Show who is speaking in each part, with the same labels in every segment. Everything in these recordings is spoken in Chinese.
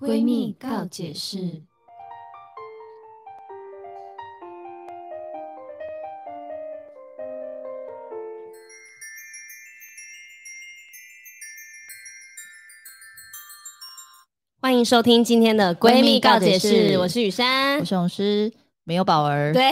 Speaker 1: 闺蜜告解释。
Speaker 2: 欢迎收听今天的闺蜜告解
Speaker 3: 闺蜜告解
Speaker 2: 释，
Speaker 3: 室
Speaker 2: 我是雨
Speaker 3: 我
Speaker 2: 珊。
Speaker 3: 是老师没有宝儿，
Speaker 2: 对，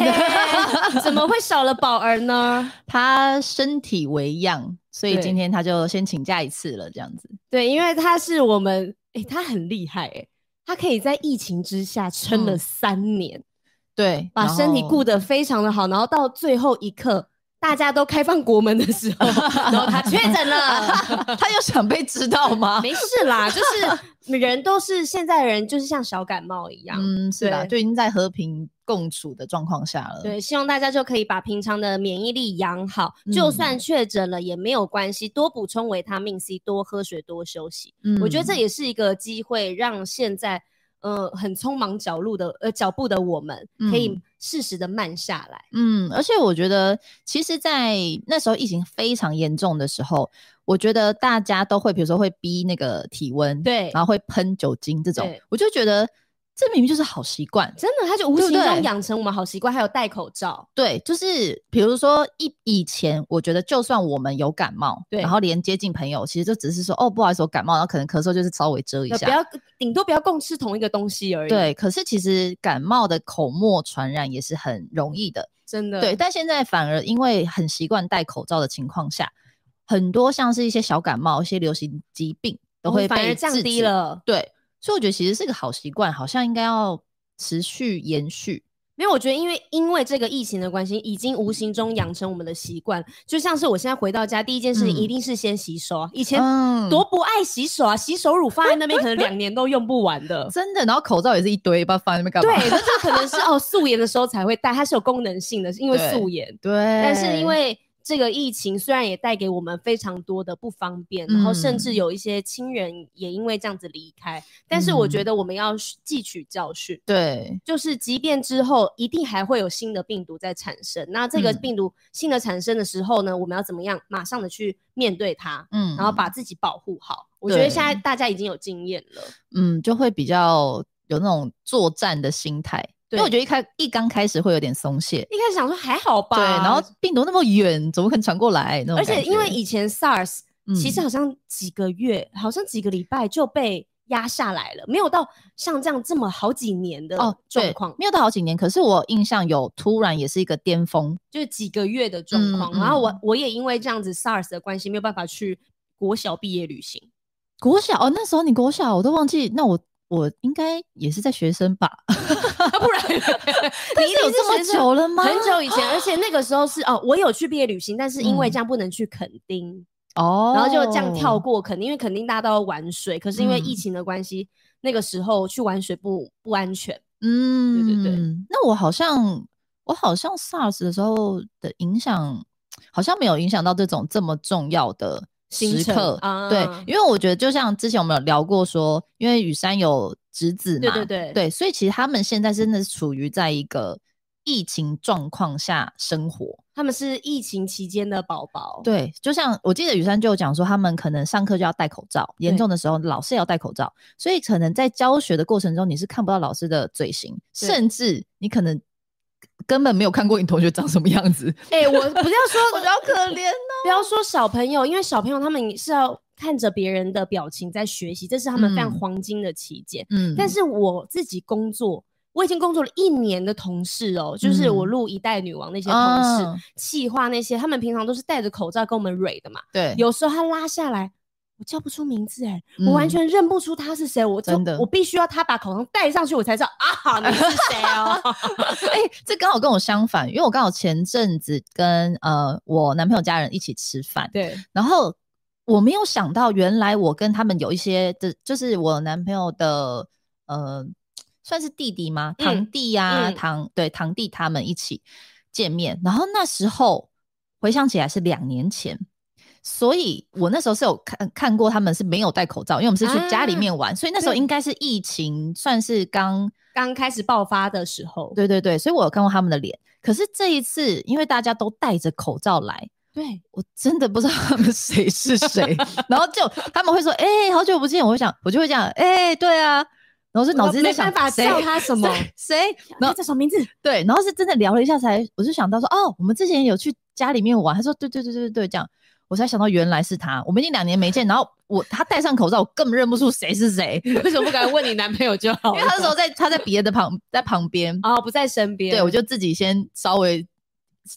Speaker 2: 怎么会少了宝儿呢？
Speaker 3: 他身体为恙，所以
Speaker 2: 对
Speaker 3: 今天他就先请假一次了，这样子。
Speaker 2: 对，因为她是我们，诶、她很厉害、诶，她可以在疫情之下撑了
Speaker 3: 嗯
Speaker 2: 三年，
Speaker 3: 对，
Speaker 2: 把身体顾
Speaker 3: 的，
Speaker 2: 得非常的好，然后到最后一刻，大家都开放国门的时 候，然后她确诊了。
Speaker 3: 他有想被知道 吗？
Speaker 2: 没事啦，就是人都是现在人就是像小感冒一样，
Speaker 3: 嗯，是啦，
Speaker 2: 对
Speaker 3: 就已经在和平共处的状况下了。
Speaker 2: 对，希望大家就可以把平常的免疫力养好，
Speaker 3: 嗯
Speaker 2: 就算确诊了也没有关系，多补充维他命 C，多喝水，多休息。
Speaker 3: 嗯，
Speaker 2: 我觉得这也是一个机会，让现在呃很匆忙脚路的呃脚步的我们，可以
Speaker 3: 嗯
Speaker 2: 适时的慢下来。
Speaker 3: 嗯，而且我觉得，其实，在那时候疫情非常严重的时候，我觉得大家都会，比如说会逼那个体温，
Speaker 2: 对
Speaker 3: 然后会喷酒精这种
Speaker 2: 对，
Speaker 3: 我就觉得这明明就是好习惯。
Speaker 2: 真的，它就无形
Speaker 3: 对不
Speaker 2: 中
Speaker 3: 对
Speaker 2: 养成我们好习惯，还有戴口罩。
Speaker 3: 对，就是比如说以以前，我觉得就算我们有感冒，
Speaker 2: 对
Speaker 3: 然后连接近朋友，其实就只是说哦，不好意思，我感冒，然后可能咳嗽就是稍微遮一
Speaker 2: 呃
Speaker 3: 下，
Speaker 2: 不要，顶多不要共吃同一个东西而已。，
Speaker 3: 对。可是其实感冒的口沫传染也是很容易的，
Speaker 2: 真的，
Speaker 3: 对。但现在反而因为很习惯戴口罩的情况下，很多像是一些小感冒、一些流行疾病都
Speaker 2: 哦
Speaker 3: 会
Speaker 2: 反
Speaker 3: 被
Speaker 2: 而降
Speaker 3: 制
Speaker 2: 低
Speaker 3: 止。
Speaker 2: 了。
Speaker 3: 对，所以我觉得其实是个好习惯，好像应该要持续延续。
Speaker 2: 没有，我觉得因为因为这个疫情的关系，已经无形中养成我们的习惯。就像是我现在回到家，第一件事情
Speaker 3: 嗯
Speaker 2: 一定是先洗手啊。以前
Speaker 3: 嗯。
Speaker 2: 多不爱洗手啊，洗手乳放在那边可能两年都用不完的
Speaker 3: 真的，然后口罩也是一堆，不知道放在那边干嘛。
Speaker 2: 对，那这可能是哦素颜的时候才会戴，它是有功能性的，是因为
Speaker 3: 对
Speaker 2: 素颜。
Speaker 3: 对，
Speaker 2: 但是因为这个疫情，虽然也带给我们非常多的不方便，然后甚至
Speaker 3: 嗯
Speaker 2: 有一些亲人也因为这样子离开，但是我觉
Speaker 3: 嗯
Speaker 2: 得我们要汲取教训。
Speaker 3: 对，
Speaker 2: 就是即便之后一定还会有新的病毒在产生，那这个
Speaker 3: 嗯
Speaker 2: 病毒新的产生的时候呢，我们要怎么样马上的去面对它，
Speaker 3: 嗯，
Speaker 2: 然后把自己保护好。我觉得
Speaker 3: 对
Speaker 2: 现在大家已经有经验了，
Speaker 3: 嗯就会比较有那种作战的心态，因
Speaker 2: 对
Speaker 3: 为我觉得一开一刚开始会有点松懈，
Speaker 2: 一开始想说还好吧，
Speaker 3: 对，然后病毒那么远，怎么可能传过来？那种
Speaker 2: 而且
Speaker 3: 感
Speaker 2: 因为
Speaker 3: 觉
Speaker 2: 以前 SARS 其实
Speaker 3: 嗯
Speaker 2: 好像几个月，好像几个礼拜就被压下来了，没有到像这样这么好几年的
Speaker 3: 哦
Speaker 2: 状
Speaker 3: 对
Speaker 2: 况，
Speaker 3: 没有到好几年，可是我印象有突然也是一个巅峰，
Speaker 2: 就是几个月的状况。
Speaker 3: 嗯
Speaker 2: 然后我
Speaker 3: 嗯
Speaker 2: 我也因为这样子 SARS 的关系，没有办法去国小毕业旅行。
Speaker 3: 国小哦，那时候你国小我都忘记，那我。我应该也是在学生吧？
Speaker 2: 不然
Speaker 3: 但
Speaker 2: 你
Speaker 3: 是
Speaker 2: 一定
Speaker 3: 有这么
Speaker 2: 学生
Speaker 3: 久了吗？
Speaker 2: 很久以前，而 且那个时候是哦，我有去毕业旅行，但是因为这样不能去垦丁，
Speaker 3: 嗯哦，嗯
Speaker 2: 然后就这样跳过垦丁，因为垦丁大家都要玩水，可是因为疫情的关系，那个时候去玩水不不安全。
Speaker 3: 嗯，
Speaker 2: 对对对。
Speaker 3: 那我好像，我好像 SARS 的时候的影响，好像没有影响到这种这么重要的
Speaker 2: 行
Speaker 3: 时
Speaker 2: 程
Speaker 3: 刻。
Speaker 2: 啊
Speaker 3: 对，因为我觉得就像之前我们有聊过说，因为雨山有侄子
Speaker 2: 对
Speaker 3: 嘛，
Speaker 2: 对对
Speaker 3: 对，所以其实他们现在真的是处于在一个疫情状况下生活。
Speaker 2: 他们是疫情期间的宝宝，
Speaker 3: 对，就像我记得雨山就有讲说，他们可能上课就要戴口罩，严
Speaker 2: 对
Speaker 3: 重的时候老师也要戴口罩，所以可能在教学的过程中你是看不到老师的嘴型，
Speaker 2: 对
Speaker 3: 甚至你可能根本没有看过你同学长什么样子。，
Speaker 2: 哎、 我不要说
Speaker 3: 我觉得好可 怜哦
Speaker 2: 不要说小朋友，因为小朋友他们是要看着别人的表情在学习，这是他们非常
Speaker 3: 嗯
Speaker 2: 黄金的期间。
Speaker 3: 嗯
Speaker 2: 但是我自己工作，我已经工作了一年的同事哦，就是我
Speaker 3: 嗯
Speaker 2: 录《一代女王》那些同
Speaker 3: 啊
Speaker 2: 事、，企划那些，他们平常都是戴着口罩跟我们蕊的嘛。
Speaker 3: 对，
Speaker 2: 有时候他拉下来，我叫不出名字哎、
Speaker 3: 嗯
Speaker 2: 我完全认不出他是谁，我就
Speaker 3: 真的
Speaker 2: 我必须要他把口罩戴上去，我才知道啊，你是谁哦。
Speaker 3: 哎、这刚好跟我相反，因为我刚好前阵子跟呃我男朋友家人一起吃饭，
Speaker 2: 对，
Speaker 3: 然后我没有想到，原来我跟他们有一些的，就是我男朋友的呃，算是弟弟吗？
Speaker 2: 嗯
Speaker 3: 堂弟呀、
Speaker 2: 嗯
Speaker 3: 堂对堂弟他们一起见面，然后那时候回想起来是两年前。所以我那时候是有看看过他们是没有戴口罩，因为我们是去家里
Speaker 2: 啊
Speaker 3: 面玩，所以那时候
Speaker 2: 对
Speaker 3: 应该是疫情算是刚
Speaker 2: 刚开始爆发的时候，
Speaker 3: 对对对，所以我有看过他们的脸。可是这一次，因为大家都戴着口罩来，
Speaker 2: 对，
Speaker 3: 我真的不知道他们谁是谁，然后就他们会说：“哎、好久不见。”我会想，我就会讲：“哎、对啊。”然后就脑子
Speaker 2: 没
Speaker 3: 在
Speaker 2: 办
Speaker 3: 想
Speaker 2: 法
Speaker 3: 谁
Speaker 2: 叫他什么，
Speaker 3: 谁，然后
Speaker 2: 叫什么名字？
Speaker 3: 对，然后是真的聊了一下才，我就想到说，哦，我们之前有去家里面玩，他说对对对对对，这样，我才想到原来是他，我们已经两年没见，然后我他戴上口罩，我根本认不出谁是谁，因
Speaker 2: 为什么不敢问你男朋友就好
Speaker 3: 为
Speaker 2: 了？
Speaker 3: 他那时候在他在别的旁在旁边，
Speaker 2: 哦不在身边，
Speaker 3: 对我就自己先稍微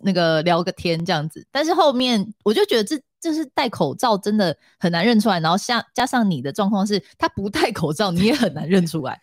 Speaker 3: 那个聊个天这样子，但是后面我就觉得这。就是戴口罩真的很难认出来，然后像加上你的状况是，他不戴口罩你也很难认出来。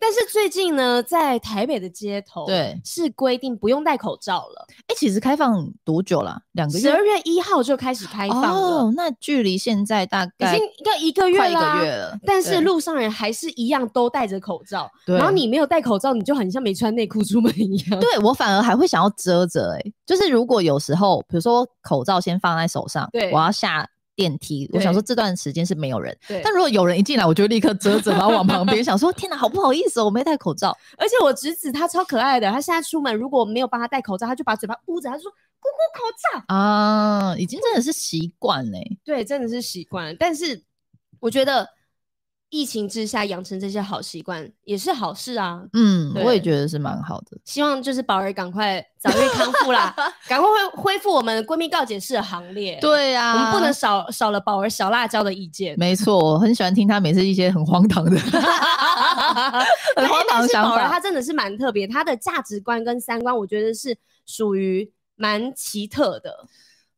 Speaker 2: 但是最近呢，在台北的街头，
Speaker 3: 对
Speaker 2: 是规定不用戴口罩了。
Speaker 3: 哎、其实开放多久了？两个月
Speaker 2: 十二月一号就开始开放了，
Speaker 3: 哦，那距离现在大
Speaker 2: 已
Speaker 3: 概
Speaker 2: 经要一个月
Speaker 3: 快一
Speaker 2: 啦、
Speaker 3: 个月了。
Speaker 2: 但是
Speaker 3: 对
Speaker 2: 路上人还是一样都戴着口罩，
Speaker 3: 对
Speaker 2: 然后你没有戴口罩，你就很像没穿内裤出门一样。
Speaker 3: 对我反而还会想要遮着，哎，就是如果有时候，比如说口罩先放在手上，
Speaker 2: 对
Speaker 3: 我要下电梯，我想
Speaker 2: 对
Speaker 3: 说这段时间是没有人，
Speaker 2: 对
Speaker 3: 但如果有人一进来，我就立刻 遮着，然后往旁边想说，天哪，好不好意思哦，我没戴口罩，
Speaker 2: 而且我侄子他超可爱的，他现在出门如果没有帮他戴口罩，他就把嘴巴捂着，他就说“姑姑口罩
Speaker 3: 啊，已经真的是习惯嘞”。，
Speaker 2: 对，真的是习惯了。但是我觉得疫情之下养成这些好习惯也是好事啊。
Speaker 3: 嗯，我
Speaker 2: 对
Speaker 3: 也觉得是蛮好的。
Speaker 2: 希望就是宝儿赶快早日康复 啦，赶快恢恢复我们闺蜜告解室的行列。。
Speaker 3: 对呀、
Speaker 2: 我们不能少少了宝儿小辣椒的意见。
Speaker 3: 没错，我很喜欢听他每次一些很荒唐的、很荒唐
Speaker 2: 但
Speaker 3: 的
Speaker 2: 是
Speaker 3: 想
Speaker 2: 宝儿
Speaker 3: 法。
Speaker 2: 她真的是蛮特别，她的价值观跟三观，我觉得是属于蛮奇特的。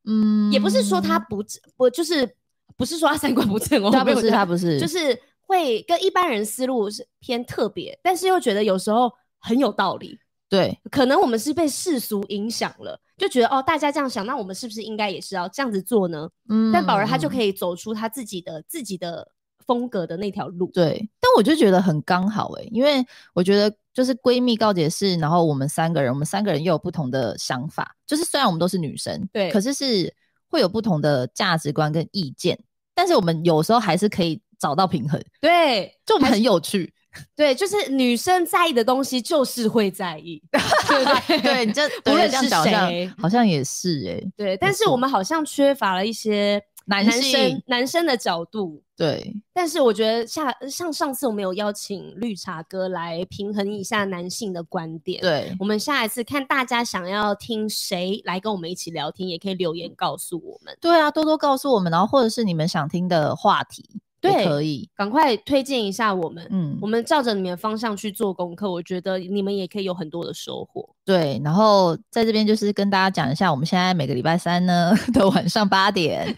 Speaker 3: 嗯
Speaker 2: 也不是 说她不正不就是不是说她三观不正哦，
Speaker 3: 他
Speaker 2: 没有
Speaker 3: 不是
Speaker 2: 这样
Speaker 3: 他不是，
Speaker 2: 就是会跟一般人思路是偏特别，但是又觉得有时候很有道理。
Speaker 3: 对
Speaker 2: 可能我们是被世俗影响了，就觉得哦，大家这样想，那我们是不是应该也是要这样子做呢？
Speaker 3: 嗯
Speaker 2: 但宝儿她就
Speaker 3: 以
Speaker 2: 可以走出她自己的自己的风格的那条路。
Speaker 3: 对，但我就觉得很刚好哎、因为我觉得就是闺蜜告解室，然后我们三个人，我们三个人又有不同的想法，就是虽然我们都是女生，
Speaker 2: 对
Speaker 3: 可是是会有不同的价值观跟意见，但是我们有时候还是可以找到平衡，
Speaker 2: 对，
Speaker 3: 就我们很 有趣，
Speaker 2: 对，就是女生在意的东西就是会在意，对不
Speaker 3: 对，
Speaker 2: 对？
Speaker 3: 你
Speaker 2: 对
Speaker 3: 这
Speaker 2: 不
Speaker 3: 对
Speaker 2: 论
Speaker 3: 这样
Speaker 2: 是
Speaker 3: 讲好像
Speaker 2: 谁
Speaker 3: 好像也是哎、
Speaker 2: 对，但是我们好像缺乏了一些
Speaker 3: 男
Speaker 2: 生
Speaker 3: 性
Speaker 2: 男生的角度。
Speaker 3: 对，
Speaker 2: 但是我觉得下像上次我们有邀请绿茶哥来平衡一下男性的观点。，
Speaker 3: 对，
Speaker 2: 我们下一次看大家想要听谁来跟我们一起聊天，也可以留言告诉我们。
Speaker 3: 对啊，多多告诉我们，然后或者是你们想听的话题，
Speaker 2: 对
Speaker 3: 可以，
Speaker 2: 赶快推荐一下我们，
Speaker 3: 嗯
Speaker 2: 我，们照着你们的方向去做功课，我觉得你们也可以有很多的收获。
Speaker 3: 对，然后在这边就是跟大家讲一下，我们现在每个礼拜三呢 的晚上 八点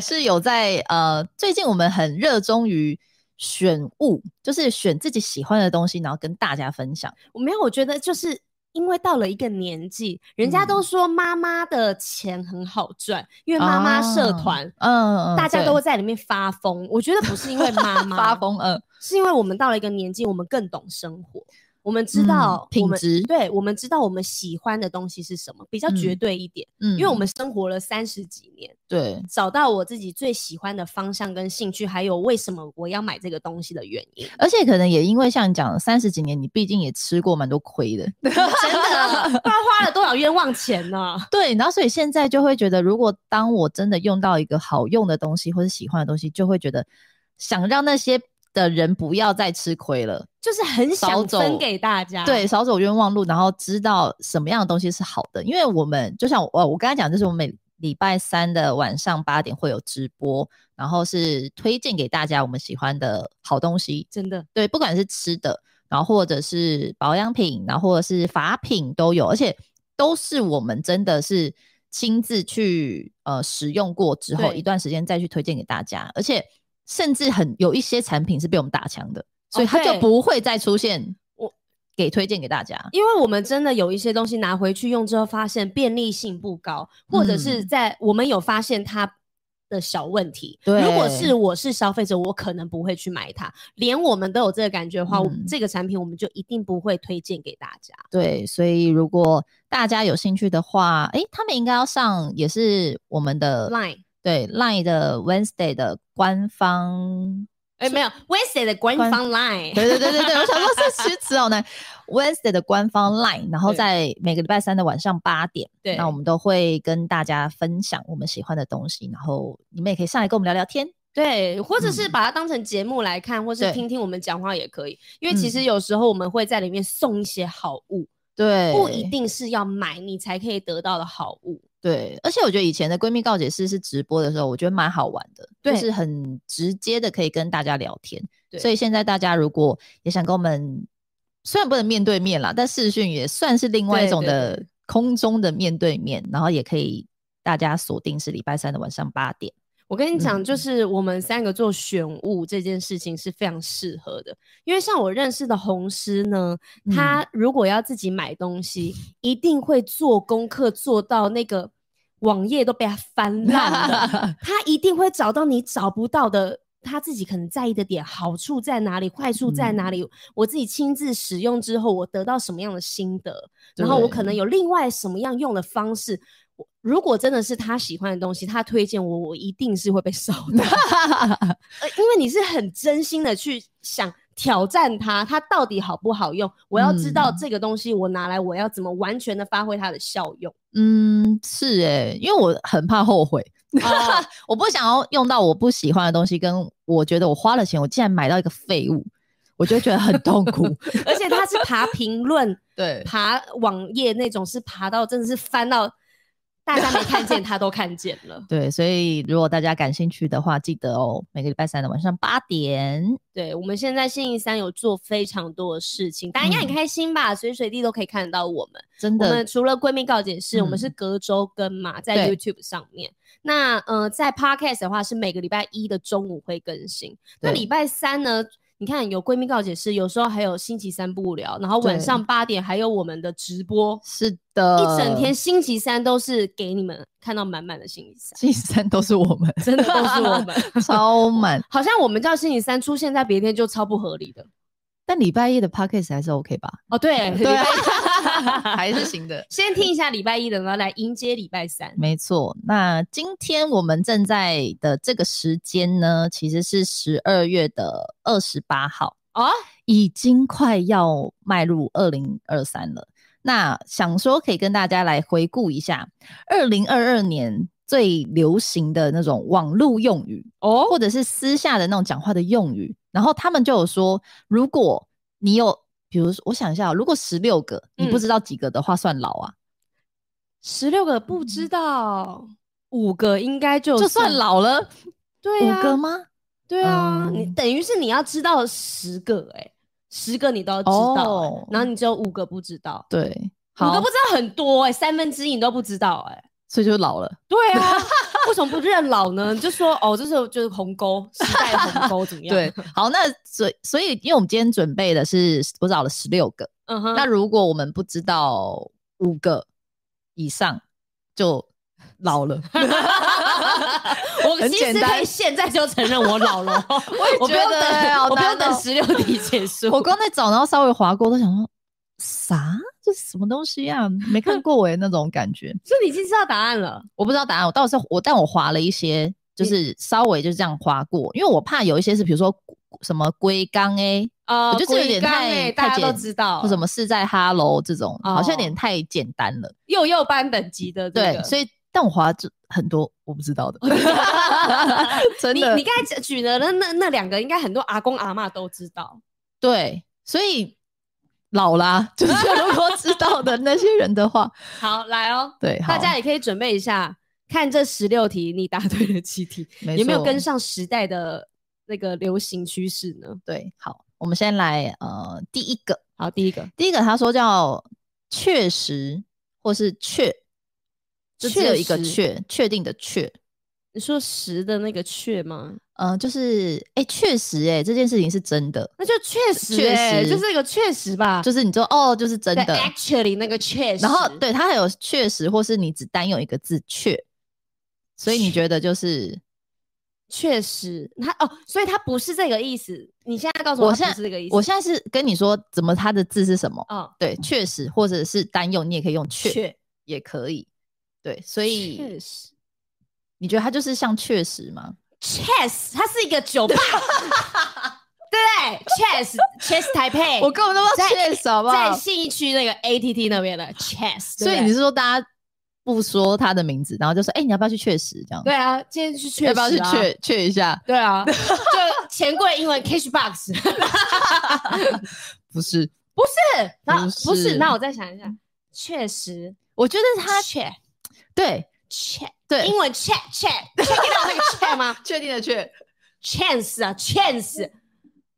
Speaker 3: 是有在呃，最近我们很热衷于选物，就是选自己喜欢的东西，然后跟大家分享。
Speaker 2: 我没有，我觉得就是因为到了一个年纪，人家
Speaker 3: 嗯
Speaker 2: 都说妈妈的钱很好赚，因为妈妈社
Speaker 3: 啊
Speaker 2: 团。
Speaker 3: 嗯，嗯
Speaker 2: 大家都会
Speaker 3: 对
Speaker 2: 在里面发疯，我觉得不是因为 妈妈
Speaker 3: 发，疯，嗯，
Speaker 2: 是因为我们到了一个年纪，我们更懂生活，我们知道、
Speaker 3: 嗯品
Speaker 2: 我们
Speaker 3: 质
Speaker 2: 对，我们知道我们喜欢的东西是什么，比较绝
Speaker 3: 嗯
Speaker 2: 对一点，
Speaker 3: 嗯，
Speaker 2: 因为我们生活了三十几年，
Speaker 3: 对
Speaker 2: 找到我自己最喜欢的方向跟兴趣，还有为什么我要买这个东西的原因。
Speaker 3: 而且可能也因为像你讲的，三十几年，你毕竟也吃过蛮多亏的，
Speaker 2: 真的， 不知道花了多少冤枉钱呢、
Speaker 3: 对，然后所以现在就会觉得，如果当我真的用到一个好用的东西或者喜欢的东西，就会觉得想让那些的人不要再吃亏了，
Speaker 2: 就是很
Speaker 3: 少
Speaker 2: 想
Speaker 3: 走
Speaker 2: 分给大家。
Speaker 3: 对，少走冤枉路，然后知道什么样的东西是好的。因为我们就像我我刚才讲，就是我们每礼拜三的晚上八点会有直播，然后是推荐给大家我们喜欢的好东西，
Speaker 2: 真的，
Speaker 3: 对，不管是吃的，然后或者是保养品，然后或者是法品都有，而且都是我们真的是亲自去呃使用过之后
Speaker 2: 对
Speaker 3: 一段时间再去推荐给大家，而且甚至很有一些产品是被我们打枪的，所以
Speaker 2: 哦
Speaker 3: 它就
Speaker 2: 对
Speaker 3: 不会再出现
Speaker 2: 我
Speaker 3: 给推荐给大家。
Speaker 2: 因为我们真的有一些东西拿回去用之后，发现便利性不高，或者是
Speaker 3: 嗯
Speaker 2: 在我们有发现它。的小问题，
Speaker 3: 对
Speaker 2: 如果是我是消费者，我可能不会去买它。连我们都有这个感觉的话，我
Speaker 3: 嗯
Speaker 2: 这个产品我们就一定不会推荐给大家。
Speaker 3: 对，所以如果大家有兴趣的话，诶，他们应该要上也是我们的
Speaker 2: Line，
Speaker 3: 对 Line 的 Wednesday 的官方
Speaker 2: 哎、没有 w e s t 的官
Speaker 3: 官
Speaker 2: 方 Line，
Speaker 3: 对对对对对，我想说是虚词好难。Wednesday 的官方 Line，然后
Speaker 2: 对
Speaker 3: 在每个礼拜三的晚上八点，
Speaker 2: 对
Speaker 3: 那我们都会跟大家分享我们喜欢的东西，然后你们也可以上来跟我们聊聊天。
Speaker 2: 对，或者是
Speaker 3: 嗯
Speaker 2: 把它当成节目来看，或是
Speaker 3: 对
Speaker 2: 听听我们讲话也可以。因为其实有时候我们会在里面送一些好物，
Speaker 3: 对，
Speaker 2: 不一定是要买你才可以得到的好物。
Speaker 3: 对，而且我觉得以前的闺蜜告解室是直播的时候，我觉得蛮好玩的，
Speaker 2: 对
Speaker 3: 就是很直接的可以跟大家聊天。
Speaker 2: 对
Speaker 3: 所以现在大家如果也想跟我们，虽然不能面对面啦，但视讯也算是另外一
Speaker 2: 对
Speaker 3: 种
Speaker 2: 对
Speaker 3: 的
Speaker 2: 对
Speaker 3: 空中的面对面，然后也可以大家锁定是礼拜三的晚上八 点。
Speaker 2: 我跟你讲，
Speaker 3: 嗯
Speaker 2: 就是我们三个做选物这件事情是非常适合的，因为像我认识的红师呢，
Speaker 3: 嗯
Speaker 2: 他如果要自己买东西，一定会做功课做到那个网页都被他翻烂了，他一定会找到你找不到的。他自己可能在意的点，好处在哪里，坏处在哪里？
Speaker 3: 嗯
Speaker 2: 我自己亲自使用之后，我得到什么样的心得，然后我可
Speaker 3: 对
Speaker 2: 能有另外什么样用的方式。我如果真的是他喜欢的东西，他推荐我，我一定是会被烧的，
Speaker 3: 嗯
Speaker 2: 呃因为你是很真心的去想挑战它，它到底好不好用？我要知道
Speaker 3: 嗯
Speaker 2: 这个东西我拿来我要怎么完全的发挥它的效用。
Speaker 3: 嗯，是诶、因为我很怕后悔，
Speaker 2: 哦
Speaker 3: 我不想要用到我不喜欢的东西，跟我觉得我花了钱，我竟然买到一个废物，我就会觉得很痛 苦。
Speaker 2: 而且他是爬评论、
Speaker 3: 对，
Speaker 2: 爬网页那种，是爬到真的是翻到大家没看见，他都看见了。
Speaker 3: 对，所以如果大家感兴趣的话，记得哦，每个礼拜三的晚上八点。
Speaker 2: 对，我们现在星期三有做非常多的事情，大家应该很开心吧？随时随地都可以看得到我们。
Speaker 3: 嗯真
Speaker 2: 我们
Speaker 3: 的，
Speaker 2: 除了闺蜜告解室，我们是
Speaker 3: 嗯
Speaker 2: 隔周更嘛，在
Speaker 3: 对
Speaker 2: YouTube 上面。那呃，在 Podcast 的话是每个礼拜一的中午会更新。那
Speaker 3: 对
Speaker 2: 礼拜三呢？你看有闺蜜告解室，有时候还有星期三不无聊，然后晚
Speaker 3: 对
Speaker 2: 上八点还有我们的直播，
Speaker 3: 是的，
Speaker 2: 一整天。星期三都是给你们看到满满的星期 三，
Speaker 3: 星期三都是我们，
Speaker 2: 真的都是我们。
Speaker 3: 超满，
Speaker 2: 好像我们叫星期三出现在别天就超不合理的
Speaker 3: 但礼拜一的 podcast 还是 OK 吧？
Speaker 2: 哦。 对，礼
Speaker 3: 对
Speaker 2: 拜
Speaker 3: 啊
Speaker 2: 一
Speaker 3: 还是行的。
Speaker 2: 先听一下礼拜一的，然后来迎接礼拜三。
Speaker 3: 没错，那今天我们正在的这个时间呢，其实是十二月的二十八号
Speaker 2: 哦，
Speaker 3: 已经快要迈入二零二三了。那想说可以跟大家来回顾一下二零二二年最流行的那种网络用语哦，或者是私下的那种讲话的用语。然后他们就有说，如果你有，比如说我想一下哦，如果十六个你不
Speaker 2: 嗯
Speaker 3: 知道几个的话，算老啊。
Speaker 2: 十六个不知道，五个应该就
Speaker 3: 就算，老了，
Speaker 2: 对
Speaker 3: 五个
Speaker 2: 啊，
Speaker 3: 吗？
Speaker 2: 对啊，你
Speaker 3: 嗯
Speaker 2: 等于是你要知道十个哎、十个你都要知道欸、
Speaker 3: 哦
Speaker 2: 然后你只有五个不知道，
Speaker 3: 对，
Speaker 2: 五个
Speaker 3: 好
Speaker 2: 不，知道很多哎、三分之一你都不知道哎、
Speaker 3: 所以就老了。
Speaker 2: 对啊，为什么不认老呢？你 就说哦，这是就是鸿沟，时代的鸿沟怎么样？
Speaker 3: 对，，好，那所以所以，因为我们今天准备的是我找了十六个，
Speaker 2: 嗯哼，
Speaker 3: 那如果我们不知道五个以上，就老了。
Speaker 2: 我
Speaker 3: 很
Speaker 2: 其
Speaker 3: 简
Speaker 2: 实可以
Speaker 3: 单
Speaker 2: 现在就承认我老 了哦，我不
Speaker 3: 觉
Speaker 2: 用
Speaker 3: 得
Speaker 2: 等，
Speaker 3: 好
Speaker 2: 我不
Speaker 3: 难
Speaker 2: 用等
Speaker 3: 哦
Speaker 2: 十 六题结束。
Speaker 3: 我刚才找，然后稍微划过，都想说啥？这什么东西啊？没看过哎、那种感觉。
Speaker 2: 所以你已经知道答案了。
Speaker 3: 我不知道答案，我倒是我，但我划了一些，
Speaker 2: 嗯
Speaker 3: 就是稍微就这样划过，因为我怕有一些是比如说什么龟缸哎，
Speaker 2: 呃
Speaker 3: 我觉得这有
Speaker 2: 鬼
Speaker 3: 点
Speaker 2: 刚
Speaker 3: 太
Speaker 2: 欸
Speaker 3: 太
Speaker 2: 大家都
Speaker 3: 简
Speaker 2: 知道
Speaker 3: 或什么是在哈喽这种，好像有点
Speaker 2: 哦
Speaker 3: 太简单了。
Speaker 2: 幼幼班等级的这
Speaker 3: 对，
Speaker 2: 个
Speaker 3: 所以但我划这很多我不 知道的， 真
Speaker 2: 你
Speaker 3: 的
Speaker 2: 你刚才举的那那那两个，应该很多阿公阿嬷都知道。
Speaker 3: 对，所以老啦，就是 如果知道的那些人的话，
Speaker 2: 好，来哦，
Speaker 3: 对，
Speaker 2: 大
Speaker 3: 好
Speaker 2: 家也可以准备一下，看这十六题，你答对了七题，
Speaker 3: 没
Speaker 2: 有没有
Speaker 3: 错
Speaker 2: 跟上时代的那个流行趋势呢？
Speaker 3: 对，好，我们先来呃第一个，
Speaker 2: 好，第一个，
Speaker 3: 第一个他说叫确实或是确，就只有一个
Speaker 2: 确实
Speaker 3: 确确定的确，
Speaker 2: 你说十的那个确吗？
Speaker 3: 嗯、就是哎确实哎这件事情是真的，
Speaker 2: 那就确实、
Speaker 3: 确
Speaker 2: 欸，
Speaker 3: 实
Speaker 2: 就是一个确实吧，
Speaker 3: 就是你说哦就是真
Speaker 2: 对
Speaker 3: 的，
Speaker 2: actually 那个确实。
Speaker 3: 然后，对它还有确实，或是你只单用一个字“确”，所以你觉得就是
Speaker 2: 确实，它哦，所以它不是这个意思。你现在告诉我，
Speaker 3: 我
Speaker 2: 它
Speaker 3: 现
Speaker 2: 不是这个意思。
Speaker 3: 我现在是跟你说怎么它的字是什么？
Speaker 2: 哦，
Speaker 3: 对，确实，或者是单用，你也可以用“确
Speaker 2: 确”，
Speaker 3: 也可以。对，所
Speaker 2: 确
Speaker 3: 以
Speaker 2: 实。
Speaker 3: 你觉得它就是像确实吗？
Speaker 2: Chess，它是一个酒 吧，对不对？Chess Chess Taipei，
Speaker 3: 我根本都不知
Speaker 2: 在
Speaker 3: 道确实好不
Speaker 2: 哎在
Speaker 3: 好？
Speaker 2: 信义区那个 ATT 那边的 Chess，
Speaker 3: 所以你是说大家不说他的名字，然后就说：“哎、你要不要去确实？”这样，
Speaker 2: 对啊，今天去确实、啊、
Speaker 3: 要不要去确确一下？
Speaker 2: 对 啊，就钱柜英文 cash box，
Speaker 3: 不是，
Speaker 2: 然后
Speaker 3: 不
Speaker 2: 不
Speaker 3: 是
Speaker 2: 是，那我再想一下，确实，
Speaker 3: 我觉得他
Speaker 2: 确
Speaker 3: 对
Speaker 2: 确
Speaker 3: 对
Speaker 2: 英文 check check check 到那个 check 吗
Speaker 3: 确定的确
Speaker 2: ？chance 啊 chance，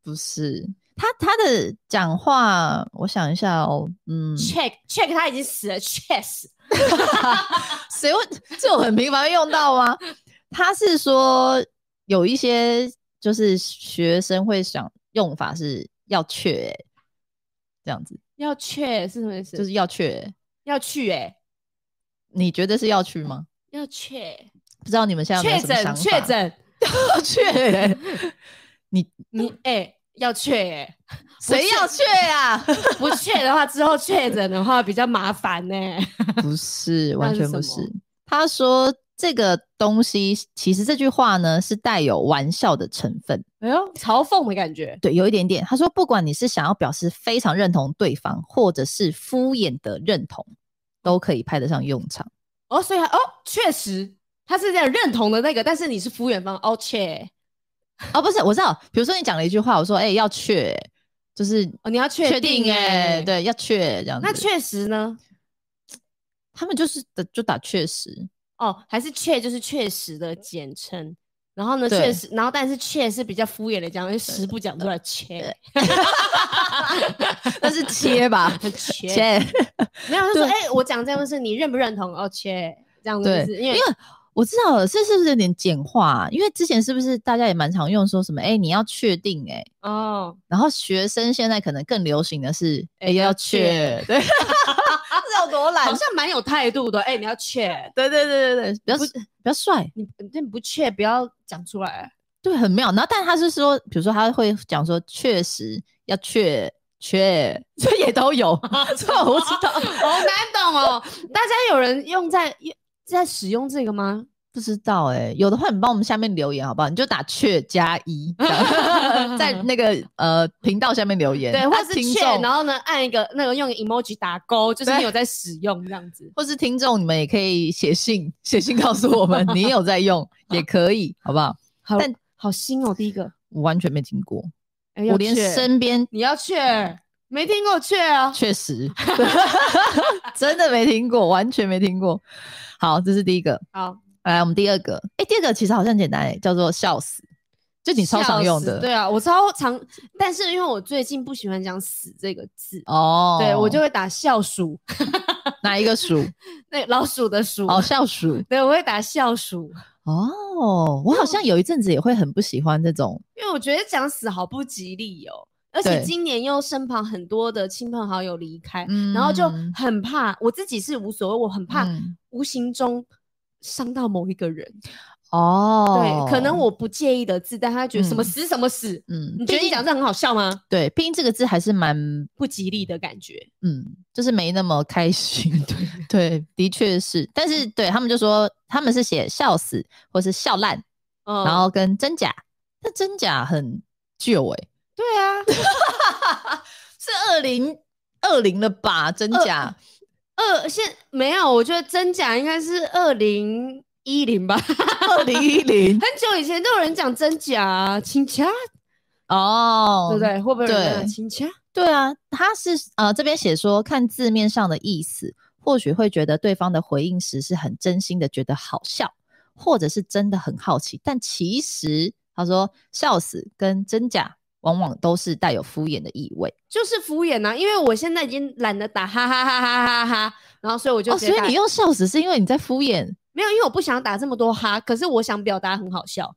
Speaker 3: 不是他他的讲话，我想一下哦，嗯，
Speaker 2: check check 他已经死了，chess
Speaker 3: 谁会这种很频繁会用到吗？他是说有一些就是学生会想用法是要确、欸，这样子
Speaker 2: 要 check 是什么意思？
Speaker 3: 就是要确、欸
Speaker 2: 要去哎、
Speaker 3: 你觉得是要去吗？
Speaker 2: 要 check
Speaker 3: 不知道你们现在有没
Speaker 2: 确
Speaker 3: 有什么想
Speaker 2: 诊
Speaker 3: 法
Speaker 2: 确诊，
Speaker 3: 要确、 欸，你
Speaker 2: 你哎、要 check 哎、
Speaker 3: 谁要确 啊？
Speaker 2: 不 check 的话之后确诊的话比较麻烦欸呢、
Speaker 3: 不是，完
Speaker 2: 那是
Speaker 3: 全不
Speaker 2: 什么
Speaker 3: 是。他说这个东西，其实这句话呢是带有玩笑的成分，
Speaker 2: 哎呦，嘲讽的感觉，
Speaker 3: 对，有一点点。他说，不管你是想要表示非常认同对方，或者是敷衍的认同，都可以派得上用场。
Speaker 2: 哦，所以他哦确实他是这样认同的那个，但是你是服务员方哦 check
Speaker 3: 哦，不是，我知道，比如说你讲了一句话，我说，哎、要确，就是
Speaker 2: 哦你要确
Speaker 3: 确定、哎、
Speaker 2: 哎、，
Speaker 3: 对，要确这样子。
Speaker 2: 那确实呢？
Speaker 3: 他们就是就打 确实，
Speaker 2: 哦，还是确就是确实的简称。然后呢，
Speaker 3: 对
Speaker 2: 确实，然后但是确是比较敷衍的讲，因为实不讲出来切，
Speaker 3: 那是切吧
Speaker 2: 切，
Speaker 3: 切。
Speaker 2: 没有就说
Speaker 3: 对
Speaker 2: 哎、我讲这样的事，你认不认同？哦切，这样子
Speaker 3: 对
Speaker 2: 是不是，因为
Speaker 3: 我知道了，这是不是有点简化啊、因为之前是不是大家也蛮常用说什么？哎、你要确定哎、
Speaker 2: 哦，
Speaker 3: 然后学生现在可能更流行的是哎、
Speaker 2: 哎要
Speaker 3: 要确，对， 这有多懒
Speaker 2: 好像蛮有态度的。哎、你要确，
Speaker 3: 对对对对对，比较比较帅，
Speaker 2: 你你不确不要讲出来。
Speaker 3: 对，很妙。然后，但他是说，比如说他会讲说，确实要确确， 这也都有， 这我不知道，
Speaker 2: 好难懂哦，大家有人用在用在使用这个吗？
Speaker 3: 不知道哎、有的话，你帮我们下面留言好不好？你就打确加一，这样 在那个呃频道下面留言，
Speaker 2: 对，或
Speaker 3: 啊
Speaker 2: 者是
Speaker 3: 听
Speaker 2: 确，
Speaker 3: 众
Speaker 2: 然后呢按一个那个用个 emoji 打勾，就是你
Speaker 3: 对
Speaker 2: 有在使用这样子。
Speaker 3: 或是听众，你们也可以写信，写信告诉我们你有在用，也可以，好不好？
Speaker 2: 好
Speaker 3: 但
Speaker 2: 好新哦，第一个，
Speaker 3: 我完全没听过，
Speaker 2: 哎要
Speaker 3: 我连
Speaker 2: 确
Speaker 3: 身边
Speaker 2: 你要去
Speaker 3: 嗯
Speaker 2: 没听过去啊？
Speaker 3: 确实 真的没听过，完全没听过。好，这是第一个，
Speaker 2: 好，
Speaker 3: 来我们第二个，哎、第二个其实好像很简单、诶叫做笑死，就你超常用
Speaker 2: 笑
Speaker 3: 的，
Speaker 2: 死对啊，我超常，但是因为我最近不喜欢讲“死”这个字，
Speaker 3: 哦，
Speaker 2: 对我就会打“笑鼠
Speaker 3: 哪一 个鼠？”，
Speaker 2: 那老鼠的鼠。
Speaker 3: 哦，笑鼠，
Speaker 2: 对，我会打“笑鼠
Speaker 3: 哦，我好像有一阵子也会很不喜欢这种，”，
Speaker 2: 因为我觉得讲“死”好不吉利哦。而且
Speaker 3: 对
Speaker 2: 今年又身旁很多的亲朋好友离开，然后就
Speaker 3: 嗯
Speaker 2: 很怕。我自己是无所谓，我很怕
Speaker 3: 嗯
Speaker 2: 无形中伤到某一个人。
Speaker 3: 哦，
Speaker 2: 对，可能我不介意的字，但他觉得什么
Speaker 3: 嗯
Speaker 2: 死什么死，
Speaker 3: 嗯
Speaker 2: 你觉得你讲这很好笑吗？
Speaker 3: 对拼这个字还是蛮
Speaker 2: 不吉利的感觉。
Speaker 3: 嗯，就是没那么开心。 对对，的确是。但是对他们就说他们是写笑死或是笑烂，
Speaker 2: 嗯
Speaker 3: 然后跟真假，那真假很旧哎、
Speaker 2: 对啊，
Speaker 3: 是二零二零了吧？真 假
Speaker 2: 二现没有，我觉得真假应该是二零一零吧， 很
Speaker 3: 二零一零
Speaker 2: 久以前都有人讲真假啊，亲掐，
Speaker 3: 哦，
Speaker 2: 对不？对？会不会有人
Speaker 3: 对
Speaker 2: 讲亲掐？
Speaker 3: 对啊，他是呃这边写说看字面上的意思，或许会觉得对方的回应时是很真心的觉得好笑，或者是真的很好奇，但其实他说笑死跟真假往往都是带有敷衍的意味
Speaker 2: 就是敷衍啊，因为我现在已经懒得打哈哈哈哈哈哈，然后所以我就
Speaker 3: 哦，
Speaker 2: 直
Speaker 3: 所
Speaker 2: 接
Speaker 3: 以
Speaker 2: 打
Speaker 3: 你用笑死是因为你在敷衍
Speaker 2: 没有，因为我不想打这么多哈，可是我想表达很好笑，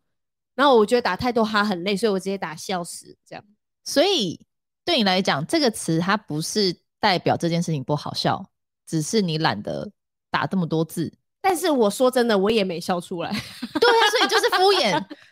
Speaker 2: 然后我觉得打太多哈很累，所以我直接打笑死这样。
Speaker 3: 所以对你来讲，这个词它不是代表这件事情不好笑，只是你懒得打这么多字。
Speaker 2: 但是我说真的，我也没笑出来。
Speaker 3: 对啊，所以就是敷衍。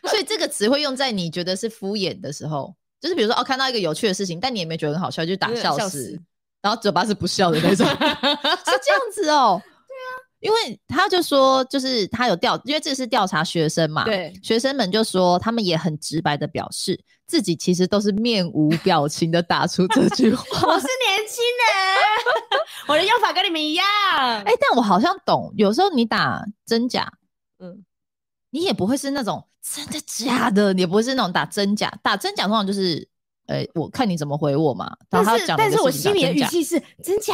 Speaker 3: 所以这个词会用在你觉得是敷衍的时候，就是比如说哦，看到一个有趣的事情，但你也没觉得很好笑，就打
Speaker 2: 对
Speaker 3: 笑
Speaker 2: 笑
Speaker 3: 死
Speaker 2: 死，
Speaker 3: 然后嘴巴是不笑的 那种，是这样子哦。对啊，因为他就说，就是他有调，因为这是调查学生嘛，
Speaker 2: 对，
Speaker 3: 学生们就说，他们也很直白的表示，自己其实都是面无表情的打出这句话。
Speaker 2: 我是年轻人， 我的用法跟你们一样。
Speaker 3: 哎、但我好像懂，有时候你打真假，
Speaker 2: 嗯
Speaker 3: 嗯，你也不会是那种真的假的，你也不会是那种打真假，打真假通常就是，呃、我看你怎么回我嘛。然
Speaker 2: 但
Speaker 3: 后他
Speaker 2: 是
Speaker 3: 讲
Speaker 2: 但
Speaker 3: 了一
Speaker 2: 是
Speaker 3: 个
Speaker 2: 我
Speaker 3: 事情
Speaker 2: 心里的
Speaker 3: 打真
Speaker 2: 语
Speaker 3: 假
Speaker 2: 气是真假，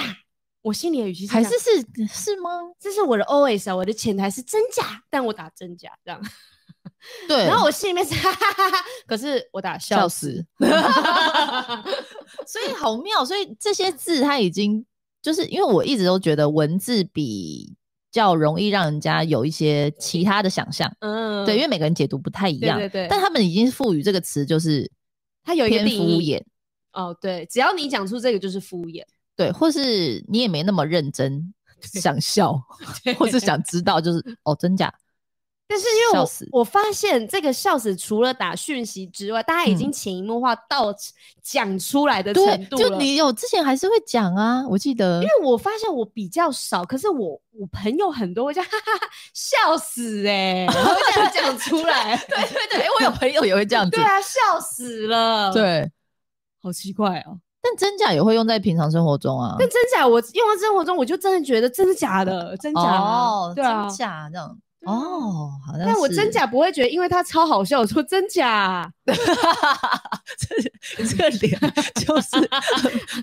Speaker 2: 我心里的语气是
Speaker 3: 还
Speaker 2: 这
Speaker 3: 是
Speaker 2: 样
Speaker 3: 是是吗？
Speaker 2: 这是我的 OS 啊，我的潜台是真假，但我打真假这样。
Speaker 3: 对，
Speaker 2: 然后我心里面是 哈哈哈哈，可是我打笑
Speaker 3: 笑
Speaker 2: 死。
Speaker 3: 死， 所以好妙，所以这些字它已经就是因为我一直都觉得文字比较容易让人家有一些其他的想象，
Speaker 2: 嗯，
Speaker 3: 对，因为每个人解读不太一样，
Speaker 2: 对对对
Speaker 3: 但他们已经赋予这个词就是
Speaker 2: 它有一个
Speaker 3: 偏
Speaker 2: 定
Speaker 3: 敷
Speaker 2: 义。
Speaker 3: 衍，
Speaker 2: 哦，对，只要你讲出这个就是敷衍。
Speaker 3: 对，或是你也没那么认 真想笑， 或是想知道， 就是哦真假，
Speaker 2: 但是 因为
Speaker 3: 笑
Speaker 2: 我
Speaker 3: 死
Speaker 2: 我发现这个笑死，除了打讯息之外，大家已
Speaker 3: 嗯
Speaker 2: 经潜移默化到讲出来的
Speaker 3: 对
Speaker 2: 程，度了。
Speaker 3: 就你有之前还是会讲啊，我记得，
Speaker 2: 因为我发现我比较少，可是我我朋友很多，我就哈哈哈 笑死哎、欸，我这样讲出 来，对
Speaker 3: 对对，我有朋友也会这样子
Speaker 2: 对，啊，笑死了，，
Speaker 3: 对。
Speaker 2: 好奇怪哦。
Speaker 3: 但真假也会用在平常生活中啊。
Speaker 2: 但真假我用到生活中，我就真的觉得真的假的，真假啊
Speaker 3: 哦，
Speaker 2: 对啊
Speaker 3: 真。假这样。
Speaker 2: 对啊
Speaker 3: 哦，好像
Speaker 2: 但我
Speaker 3: 是
Speaker 2: 真，假不会觉得，因为他超好笑，我说真假啊、
Speaker 3: 这这个脸就是很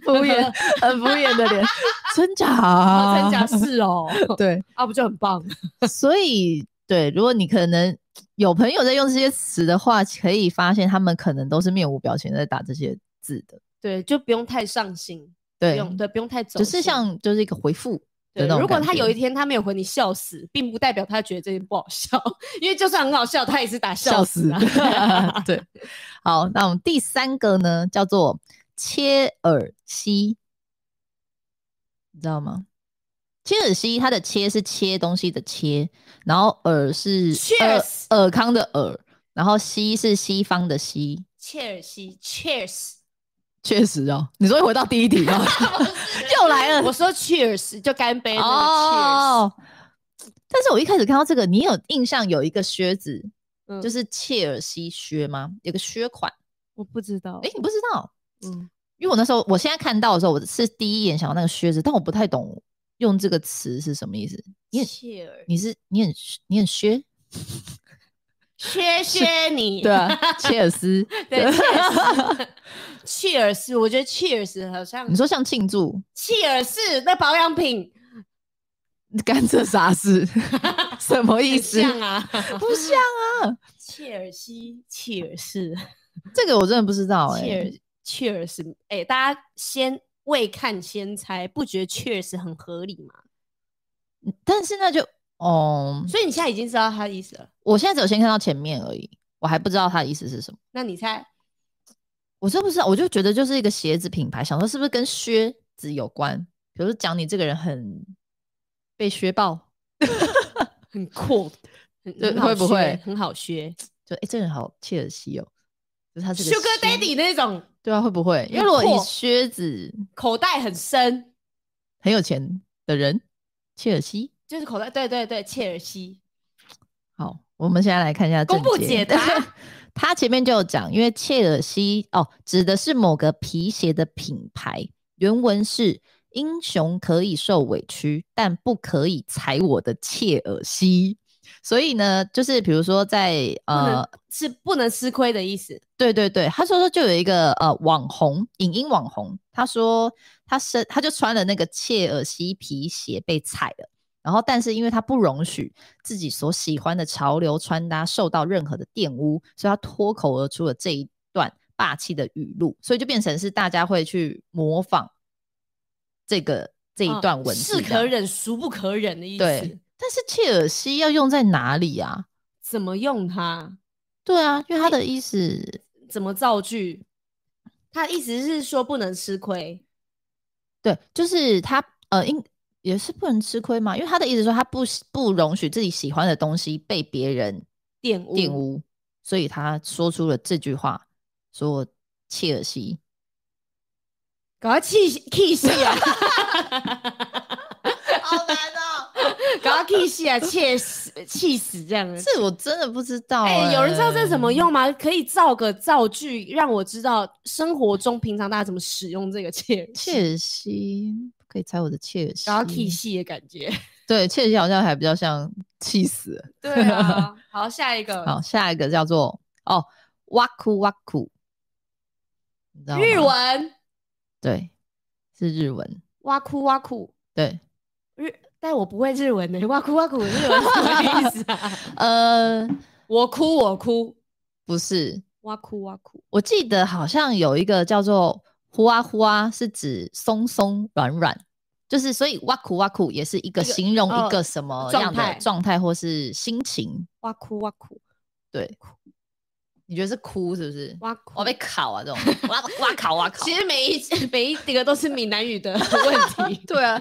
Speaker 3: 敷衍、很敷衍的脸， 真假啊，
Speaker 2: 啊，真 假是哦，
Speaker 3: 对，
Speaker 2: 啊不就很棒？
Speaker 3: 所以对，如果你可能有朋友在用这些词的话，可以发现他们可能都是面无表情地在打这些字的，
Speaker 2: 对，就不用太上心，不
Speaker 3: 对，
Speaker 2: 用对，不用太走
Speaker 3: 只
Speaker 2: 心，
Speaker 3: 是像就是一个回复的
Speaker 2: 对，
Speaker 3: 那种
Speaker 2: 如果他
Speaker 3: 感觉
Speaker 2: 有一天他没有回你笑死，并不代表他觉得这件不好笑， 因为就算很好笑，他也是打
Speaker 3: 笑
Speaker 2: 死
Speaker 3: 死。
Speaker 2: 啊。
Speaker 3: 对，好，那我们第三个呢，叫做切尔西，你知道吗？切尔西，它的切是切东西的切，然后尔是呃
Speaker 2: Cheers
Speaker 3: 尔尔康的尔，然后西是西方的西。
Speaker 2: 切尔西，Cheers，
Speaker 3: 确实哦，你终于回到第一题哦，又来了
Speaker 2: 我说 Cheers 就干哎杯那个 Cheers，
Speaker 3: 哦。但是我一开始看到这个，你有印象有一个靴子，
Speaker 2: 嗯
Speaker 3: 就是切尔西靴吗？有个靴款，
Speaker 2: 我不知道
Speaker 3: 诶，，你不知道？
Speaker 2: 嗯，
Speaker 3: 因为我那时候，我现在看到的时候，我是第一眼想到那个靴子，但我不太懂用这个词是什么意思。你很
Speaker 2: 切尔，
Speaker 3: 你是你很你很靴，
Speaker 2: 谢谢你，
Speaker 3: 对啊，切尔斯，
Speaker 2: 对，Cheers ，Cheers，我觉得 Cheers 好像
Speaker 3: 你说像庆祝
Speaker 2: Cheers 那保养品
Speaker 3: 甘蔗啥事， 什么意
Speaker 2: 很
Speaker 3: 思？
Speaker 2: 像啊，
Speaker 3: 不像啊，
Speaker 2: 切尔西，切尔西。
Speaker 3: 这个我真的不知道哎、
Speaker 2: 确确实，哎、大家先未看先猜，不觉得确实很合理吗？
Speaker 3: 但是那就哦，
Speaker 2: 所以你现在已经知道他的意思了，
Speaker 3: 我现在只有先看到前面而已，我还不知道它的意思是什么。
Speaker 2: 那你猜？
Speaker 3: 我真不知道，我就觉得就是一个鞋子品牌，想说是不是跟靴子有关？比如说讲你这个人很被靴爆。
Speaker 2: 很酷，很
Speaker 3: 对
Speaker 2: 很好
Speaker 3: 会不
Speaker 2: 学
Speaker 3: 会
Speaker 2: 很好学
Speaker 3: 就哎、欸，这人好切尔西哦，就是他这个
Speaker 2: ？Sugar
Speaker 3: 靴
Speaker 2: Daddy 那种
Speaker 3: 对啊，会不会？因为
Speaker 2: 很
Speaker 3: 如果你
Speaker 2: 阔
Speaker 3: 靴子
Speaker 2: 口袋很深，
Speaker 3: 很有钱的人，切尔西。
Speaker 2: 就是口袋，对对对，切尔西。
Speaker 3: 好，我们现在来看一下
Speaker 2: 公
Speaker 3: 正
Speaker 2: 布
Speaker 3: 解
Speaker 2: 解答。
Speaker 3: 他前面就有讲，因为切尔西哦，指的是某个皮鞋的品牌，原文是“英雄可以受委屈，但不可以踩我的切尔西”。所以呢，就是比如说在
Speaker 2: 不能
Speaker 3: 呃，
Speaker 2: 是不能吃亏的意思，
Speaker 3: 对对对，他说说就有一个呃网红影音网红，他说他身他就穿了那个切尔西皮鞋被踩了，然后但是因为他不容许自己所喜欢的潮流穿搭受到任何的玷污，所以他脱口而出了这一段霸气的语录，所以就变成是大家会去模仿这个这一
Speaker 2: 嗯
Speaker 3: 段文字
Speaker 2: 是
Speaker 3: 这样、
Speaker 2: 可忍孰不可忍的意思
Speaker 3: 对。，但是切尔西要用在哪里啊？
Speaker 2: 怎么用它？
Speaker 3: 对啊，因为
Speaker 2: 哎
Speaker 3: 他的意思。
Speaker 2: 怎么造句？他的意思是说不能吃亏，
Speaker 3: 对，就是他呃，应也是不能吃亏嘛，因为他的意思说他不喜不容许自己喜欢的东西被别人
Speaker 2: 玷污
Speaker 3: 玷污，所以他说出了这句话，说切尔西。
Speaker 2: 赶快气气死 啊！
Speaker 3: 好难哦，
Speaker 2: 赶快气死啊！气死，气死这样。
Speaker 3: 这我真的不知道、
Speaker 2: 哎、
Speaker 3: 欸。
Speaker 2: 有人知道这怎么？用吗？可以造个造句，让我知道生活中平常大家怎么使用这个切尔西。
Speaker 3: 切尔西可以猜我的切西，
Speaker 4: 然后 K 系的感觉。
Speaker 3: 对切西好像还比较像气死。
Speaker 4: 对 啊，好，下一个
Speaker 3: 好，下一个叫做哦哇酷哇酷，你知道吗
Speaker 4: 日文，
Speaker 3: 对是日文
Speaker 2: 哇哭哇哭
Speaker 3: 对
Speaker 2: 日，但我不会日文呢、 哇哭哇哭日文是什么意思啊？
Speaker 3: 呃
Speaker 4: 我哭我哭，
Speaker 3: 不是
Speaker 2: 哇哭哇哭，
Speaker 3: 我记得好像有一个叫做“呼啊呼啊”，是指松松软软，就是所以“哇酷哇酷”也是一个
Speaker 4: 一个
Speaker 3: 形容
Speaker 4: 哦
Speaker 3: 一个什么
Speaker 4: 状
Speaker 3: 样的
Speaker 4: 态
Speaker 3: 状态或是心情。
Speaker 2: 哇哭哇哭，
Speaker 3: 对，你觉得是哭是不是？
Speaker 2: 哇哭
Speaker 3: 我被烤啊，这种哇哇烤哇烤
Speaker 2: 其。实 每一每一个都是闽南语的问题。
Speaker 3: 对啊，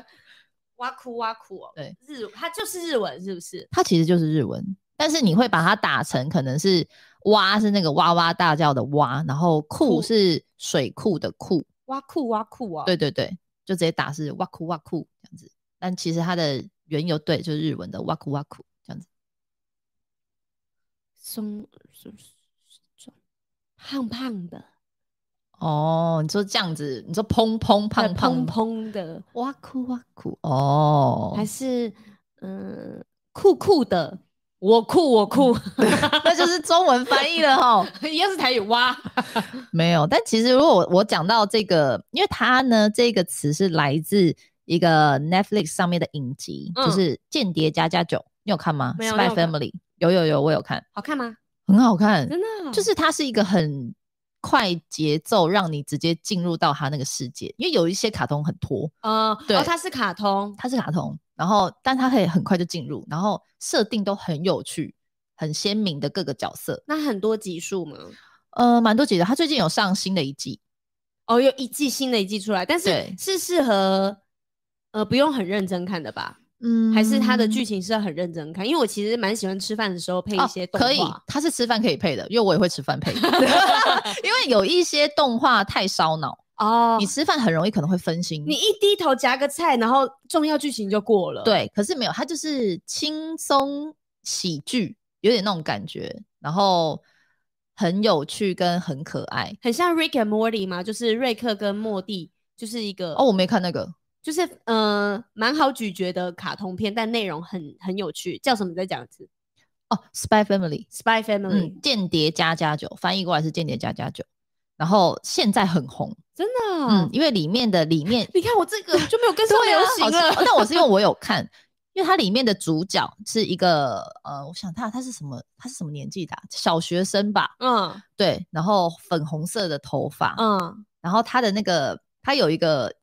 Speaker 2: 哇哭哇哭、哦，
Speaker 3: 对，
Speaker 2: 日它就是日文是不是？
Speaker 3: 它其实就是日文，但是你会把它打成可能是“哇”是那个哇哇大叫的“哇”，然后“
Speaker 2: 酷
Speaker 3: 酷”是水库的“库”。
Speaker 2: 哇哭哇哭哦，
Speaker 3: 对，对对，就直接打是哇酷哇酷这样子。但其实它的原由对，就是日文的哇酷哇酷这样子。
Speaker 2: 松松松，胖胖的，
Speaker 3: 哦，你说这样子，你说砰砰胖
Speaker 2: 砰
Speaker 3: 胖
Speaker 2: 砰呃的，
Speaker 3: 哇酷哇酷哦，
Speaker 2: 还是嗯、呃酷酷的，我酷我 酷，
Speaker 3: 那就是中文翻译了 哦。
Speaker 4: 一样是台语哇，
Speaker 3: 没有，但其实如果我我讲到这个，因为它呢这个词是来自一个 Netflix 上面的影集，
Speaker 4: 嗯
Speaker 3: 就是《间谍加加酒》，你有看吗
Speaker 2: 没有
Speaker 3: ？Spy
Speaker 2: 没有看
Speaker 3: Family 有有有，我有看，
Speaker 2: 好看吗？
Speaker 3: 很好 看，
Speaker 2: 真的哦、
Speaker 3: 就是它是一个很快节奏，让你直接进入到它那个世界。因为有一些卡通很拖，
Speaker 2: 呃，
Speaker 3: 对
Speaker 2: 哦，它是卡通，
Speaker 3: 它是卡通，然后但它可以很快就进入，然后设定都很有趣，很鲜明的各个角色。
Speaker 2: 那很多集数吗？
Speaker 3: 呃，蛮多集的，它最近有上新的一季。
Speaker 2: 哦，有一季新的一季出来，但是
Speaker 3: 对
Speaker 2: 是适合呃不用很认真看的吧？
Speaker 3: 嗯
Speaker 2: 还是它的剧情是要很认真看？因为我其实蛮喜欢吃饭的时候配一
Speaker 3: 哦
Speaker 2: 些动画、
Speaker 3: 可以，它是吃饭可以配的，因为我也会吃 饭配，因为有一些动画太烧脑，
Speaker 2: 哦
Speaker 3: 你。吃饭很容易可能会分心。
Speaker 2: 你一低头夹个菜，然后重要剧情就过了。，
Speaker 3: 对，可是没有，它就是轻松喜剧，有点那种感觉，然后很有趣跟很可爱。
Speaker 2: 很像 Rick and Morty 嘛，就是瑞克跟莫蒂，就是一个
Speaker 3: 哦，我没看那个，
Speaker 2: 就是呃蛮好咀嚼的卡通片，但内容很很有趣。叫什么？再讲一次
Speaker 3: 哦，《Spy Family》
Speaker 2: ，Spy Family，、
Speaker 3: 嗯，间谍加加酒翻译过来是间谍加加酒，然后现在很红，
Speaker 2: 真的哦、
Speaker 3: 嗯，因为里面的里面
Speaker 2: 你看我这个就没有跟上
Speaker 3: 对啊
Speaker 2: 流行
Speaker 3: 好像
Speaker 2: 了。
Speaker 3: 哦但我是 因为我有看，因为它里面的主角是一个呃，我想他他是什么，他是什么年纪的啊、小学生吧，
Speaker 2: 嗯
Speaker 3: 对，然后粉红色的头发，
Speaker 2: 嗯，
Speaker 3: 然后他的那个他有一个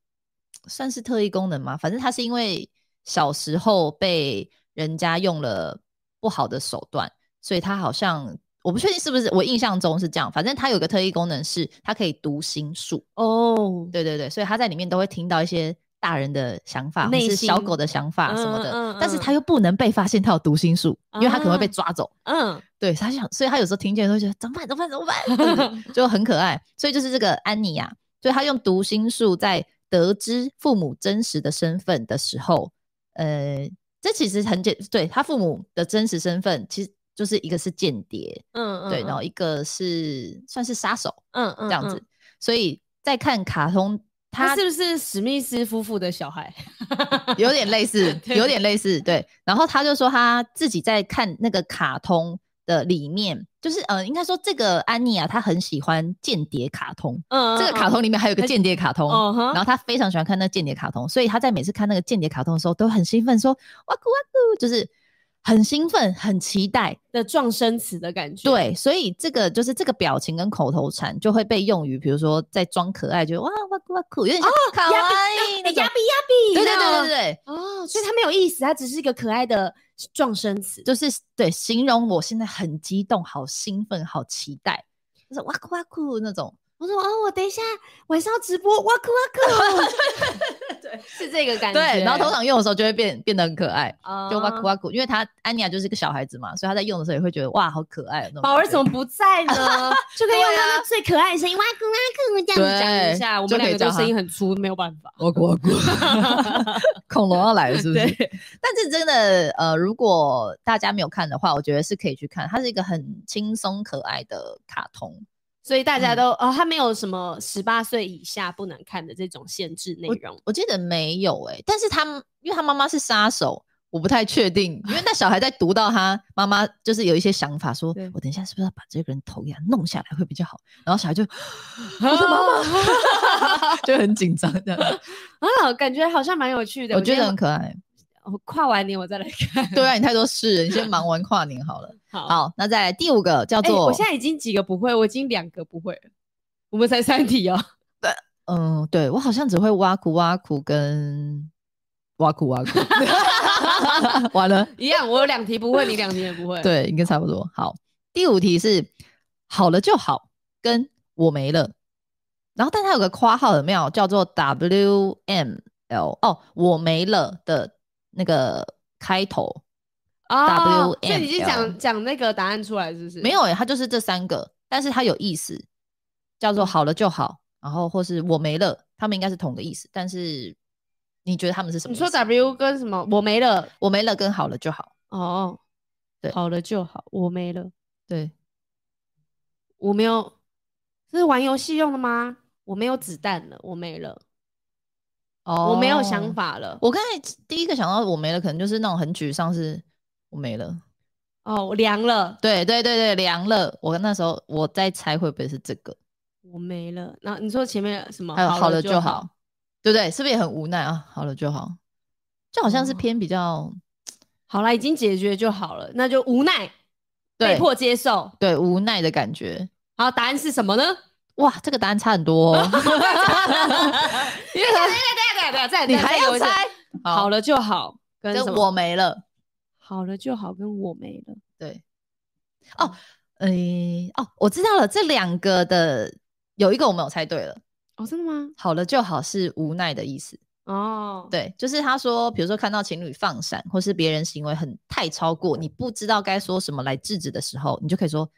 Speaker 3: 算是特异功能嘛，反正他是因为小时候被人家用了不好的手段，所以他好像我不确定是不是我印象中是这样，反正他有个特异功能是他可以读心术，
Speaker 2: 哦，
Speaker 3: 对对对，所以他在里面都会听到一些。大人的想法，或
Speaker 2: 内
Speaker 3: 是小
Speaker 2: 心
Speaker 3: 狗的想法什么的，
Speaker 2: 嗯嗯
Speaker 3: 但是他
Speaker 2: 嗯
Speaker 3: 又不能被发现他有读心术，因为他可能会被
Speaker 2: 啊
Speaker 3: 抓走。
Speaker 2: 嗯，
Speaker 3: 对他想，所以他有时候听见都会觉得怎么办？怎么办？怎么办？对对对就很可爱。所以就是这个安妮呀、所以她用读心术在得知父母真实的身份的时候，呃，这其实很简，对他父母的真实身份，其实就是一个是间谍，
Speaker 2: 嗯嗯，
Speaker 3: 对，然后一个是算是杀手
Speaker 2: 嗯嗯
Speaker 3: 这样子。，所以在看卡 通，
Speaker 2: 他
Speaker 3: 他
Speaker 2: 是不是史密斯夫妇的小孩？，
Speaker 3: 有点类似
Speaker 2: 对
Speaker 3: 有点类似，对。然后他就说他自己在看那个卡通的里面，就是呃，应该说这个安妮啊，她很喜欢间谍卡通。
Speaker 2: 嗯，
Speaker 3: 这个卡通里面还有一个间谍卡通，
Speaker 2: 哦哈
Speaker 3: 然后她非常喜欢看那个间谍卡通，所以她在每次看那个间谍卡通的时候都很兴奋，说哇酷哇酷，就是很兴奋，很期待。
Speaker 2: 的撞声词的感觉。，
Speaker 3: 对，所以这个就是这个表情跟口头禅就会被用于，比如说在装可爱，就哇哇酷哇酷，有点像
Speaker 2: 哦
Speaker 3: 卡哇伊
Speaker 2: 呀
Speaker 3: 那
Speaker 2: 比
Speaker 3: 种
Speaker 2: 呀。比，
Speaker 3: 对对对对
Speaker 2: 对。
Speaker 3: 对，
Speaker 2: 哦，所以他没有意思，他只是一个可爱的撞声词。
Speaker 3: 就是对形容我现在很激动、好兴奋、好期待，就是哇酷哇酷那种。
Speaker 2: 我说哦，我等一下晚上要直播，哇酷哇酷， 对， 是这个感觉。哦嗯
Speaker 3: 对，然后通常用的时候就会变变得很可爱，
Speaker 2: 常
Speaker 3: 就哇酷哇酷，因为他安妮亚就是个小孩子嘛，所以他在用的时候也会觉得哇好可爱哦。那种
Speaker 2: 宝儿
Speaker 3: 感觉
Speaker 2: 怎么不在呢？就可以用
Speaker 3: 对啊
Speaker 2: 他的最可爱的声音，哇咕哇咕这样子讲一下。
Speaker 3: 对
Speaker 2: 我
Speaker 3: 就
Speaker 2: 们
Speaker 3: 可
Speaker 2: 两
Speaker 3: 以
Speaker 2: 个都
Speaker 3: 叫他
Speaker 2: 声音很粗，没有办法。
Speaker 3: 哇 酷哇酷，恐龙要来了是不是？但是真的呃，如果大家没有看的话，我觉得是可以去看，它是一个很轻松可爱的卡通，
Speaker 2: 所以大
Speaker 3: 嗯
Speaker 2: 家都、哦，他没有什么十八岁以下不能看的这种限制内容。
Speaker 3: 我记得没有诶、但是他们因为他妈妈是杀手，我不太确定，因为那小孩在读到他妈妈就是有一些想法说，
Speaker 4: 对
Speaker 3: 我等一下是不是要把这个人头给他弄下来会比较好，然后小孩就 我的妈
Speaker 4: 啊
Speaker 3: 妈 就很紧张这样，
Speaker 2: 啊，感觉好像蛮有趣的。
Speaker 3: 我觉得很
Speaker 2: 我
Speaker 3: 可 爱。
Speaker 2: 我跨完年我再来看。
Speaker 3: 对啊，你太多事了，你先忙完跨年好了。
Speaker 4: 好
Speaker 3: 好，那再来第五个叫
Speaker 2: 哎、
Speaker 3: 做，
Speaker 2: 我现在已经几个不会，我已经两个不会了。我们才三题 哦，
Speaker 3: 嗯，对我好像只会挖苦挖苦跟挖苦 挖苦，完了，
Speaker 4: 一样，我有两题不会，你两题也不会。，
Speaker 3: 对，应该差不多。好，第五题是好了就好，跟我没了。然后，但它有个括号有没有叫做 W M L？哦，我没了的那个开头
Speaker 2: 哦
Speaker 3: WML
Speaker 2: 所以你就讲讲那个答案出来，是不是？
Speaker 3: 没有诶、它就是这三个，但是它有意思，叫
Speaker 2: 嗯
Speaker 3: 做好了就好，然后或是我没了，他们应该是同个意思，但是你觉得他们是什么
Speaker 2: 你
Speaker 3: 意思？
Speaker 2: 说 W 跟什么？我没了
Speaker 3: 我没了跟好了就好，
Speaker 2: 哦，
Speaker 3: 对
Speaker 2: 好了就好，我没了，
Speaker 3: 对，
Speaker 2: 我没有，这是玩游戏用的吗？我没有子弹了，我没了，
Speaker 3: 哦
Speaker 2: 我没有想。法了，
Speaker 3: 我刚才第一个想到我没了，可能就是那种很沮丧，是我没了。
Speaker 2: 哦，我凉了，
Speaker 3: 对对对对，凉了。我那时候我在猜会不会是这个，
Speaker 2: 我没了。然后你说前面什么？
Speaker 3: 还有好了就
Speaker 2: 哦就
Speaker 3: 好，，对不对？是不是也很无奈啊？好了就好，就好像是
Speaker 2: 哦
Speaker 3: 偏比较、
Speaker 2: 好啦，已经解决就好了，那就无奈，
Speaker 3: 对
Speaker 2: 被迫接受。
Speaker 3: 对无奈的感觉。
Speaker 2: 好，答案是什么呢？
Speaker 3: 哇，这个答案差很多、哦
Speaker 2: 因为
Speaker 3: 啊
Speaker 2: 对对对对，再
Speaker 3: 你还要猜？
Speaker 2: 好，了就好，跟
Speaker 3: 跟
Speaker 2: 什么
Speaker 3: 我没了。
Speaker 2: 好了就好，跟我没了。
Speaker 3: 对，哦，诶、哦，我知道了，这两个的有一个我没有猜对了。
Speaker 2: 哦，真的吗？
Speaker 3: 好了就好是无奈的意思，
Speaker 2: 哦，，
Speaker 3: 对，就是他说，比如说看到情侣放闪，或是别人行为很太超过，你不知道该说什么来制止的时候，你就可以说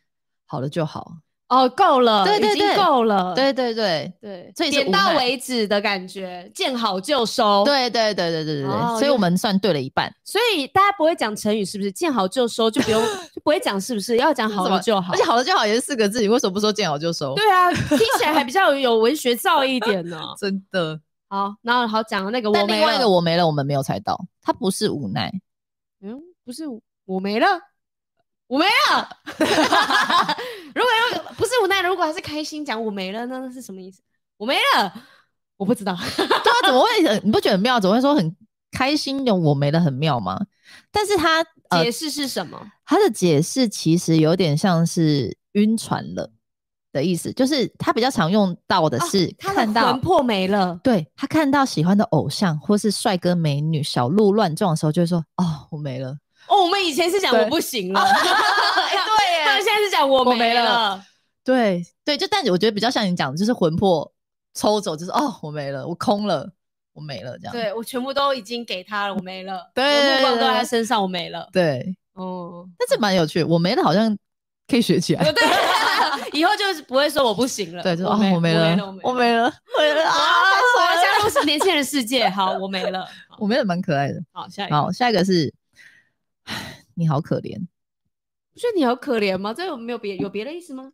Speaker 3: 好了就好。
Speaker 2: 哦，够了，
Speaker 3: 对对
Speaker 2: 已经
Speaker 3: 对
Speaker 2: 够了，
Speaker 3: 对对对
Speaker 2: 对，
Speaker 3: 所以是
Speaker 2: 点
Speaker 3: 无
Speaker 2: 到
Speaker 3: 奈
Speaker 2: 为止的感觉，见好就收。，
Speaker 3: 对对对对对对对，
Speaker 2: 哦
Speaker 3: 所以
Speaker 2: 就
Speaker 3: 我们算对了一半。
Speaker 2: 所以大家不会讲成语是不是？见好就收就 不用就不会讲是不是？要讲好
Speaker 3: 什么
Speaker 2: 了就好
Speaker 3: 而且。好了就好也是四个字，你为什么不说见好就收？
Speaker 2: 对啊，听起来还比较有文学造诣一点 呢。
Speaker 3: 真的。
Speaker 2: 好，然后好讲了那个我
Speaker 3: 但另
Speaker 2: 没
Speaker 3: 外一个
Speaker 2: 了，
Speaker 3: 我没了，我们没有猜到，它不是无奈，
Speaker 2: 嗯，不是我没了，我没了。 如果要不是无奈，如果还是开心讲我没了，那那是什么意思？我没了，我不知道。
Speaker 3: 对啊，怎么会很？你不觉得很妙？怎么会说很开心的我没了很妙吗？但是它呃
Speaker 2: 解释是什么？
Speaker 3: 他的解释其实有点像是晕船了的意思，就是他比较常用到的
Speaker 2: 哦
Speaker 3: 是
Speaker 2: 他
Speaker 3: 看
Speaker 2: 的
Speaker 3: 到，
Speaker 2: 魂魄没了。
Speaker 3: 对他看到喜欢的偶像或是帅哥美女小鹿乱撞的时候，就会说哦，我没了。
Speaker 2: 哦，我们以前是讲
Speaker 3: 对
Speaker 2: 我不行 了，哎对，他们现在是讲我
Speaker 3: 我没
Speaker 2: 没
Speaker 3: 了。对对，就但我觉得比较像你讲的，就是魂魄抽走，就是哦，我没了，我空了，我没了这样。
Speaker 2: 对我全部都已经给他了，我没了，
Speaker 3: 对
Speaker 2: 我目光都
Speaker 3: 对
Speaker 2: 在他
Speaker 3: 对
Speaker 2: 身上，我没了。
Speaker 3: 对，
Speaker 2: 哦，
Speaker 3: 但是蛮有趣的，我没了好像可以学 起来。
Speaker 2: 对，以 后就是不会说我不行了。
Speaker 3: 对，就是哦，
Speaker 2: 没
Speaker 3: 我没了，
Speaker 2: 我
Speaker 3: 我
Speaker 2: 没了。
Speaker 3: 没了，我 没了
Speaker 2: 啊！
Speaker 3: 啊！
Speaker 2: 我们加入是年轻人世 界，好，我没了。好
Speaker 3: 我没了，蛮可爱的。
Speaker 2: 好，下一个。
Speaker 3: 好，下一个是，唉你好可怜。
Speaker 2: 我觉得你好可怜吗？这有没有别有别的意思吗？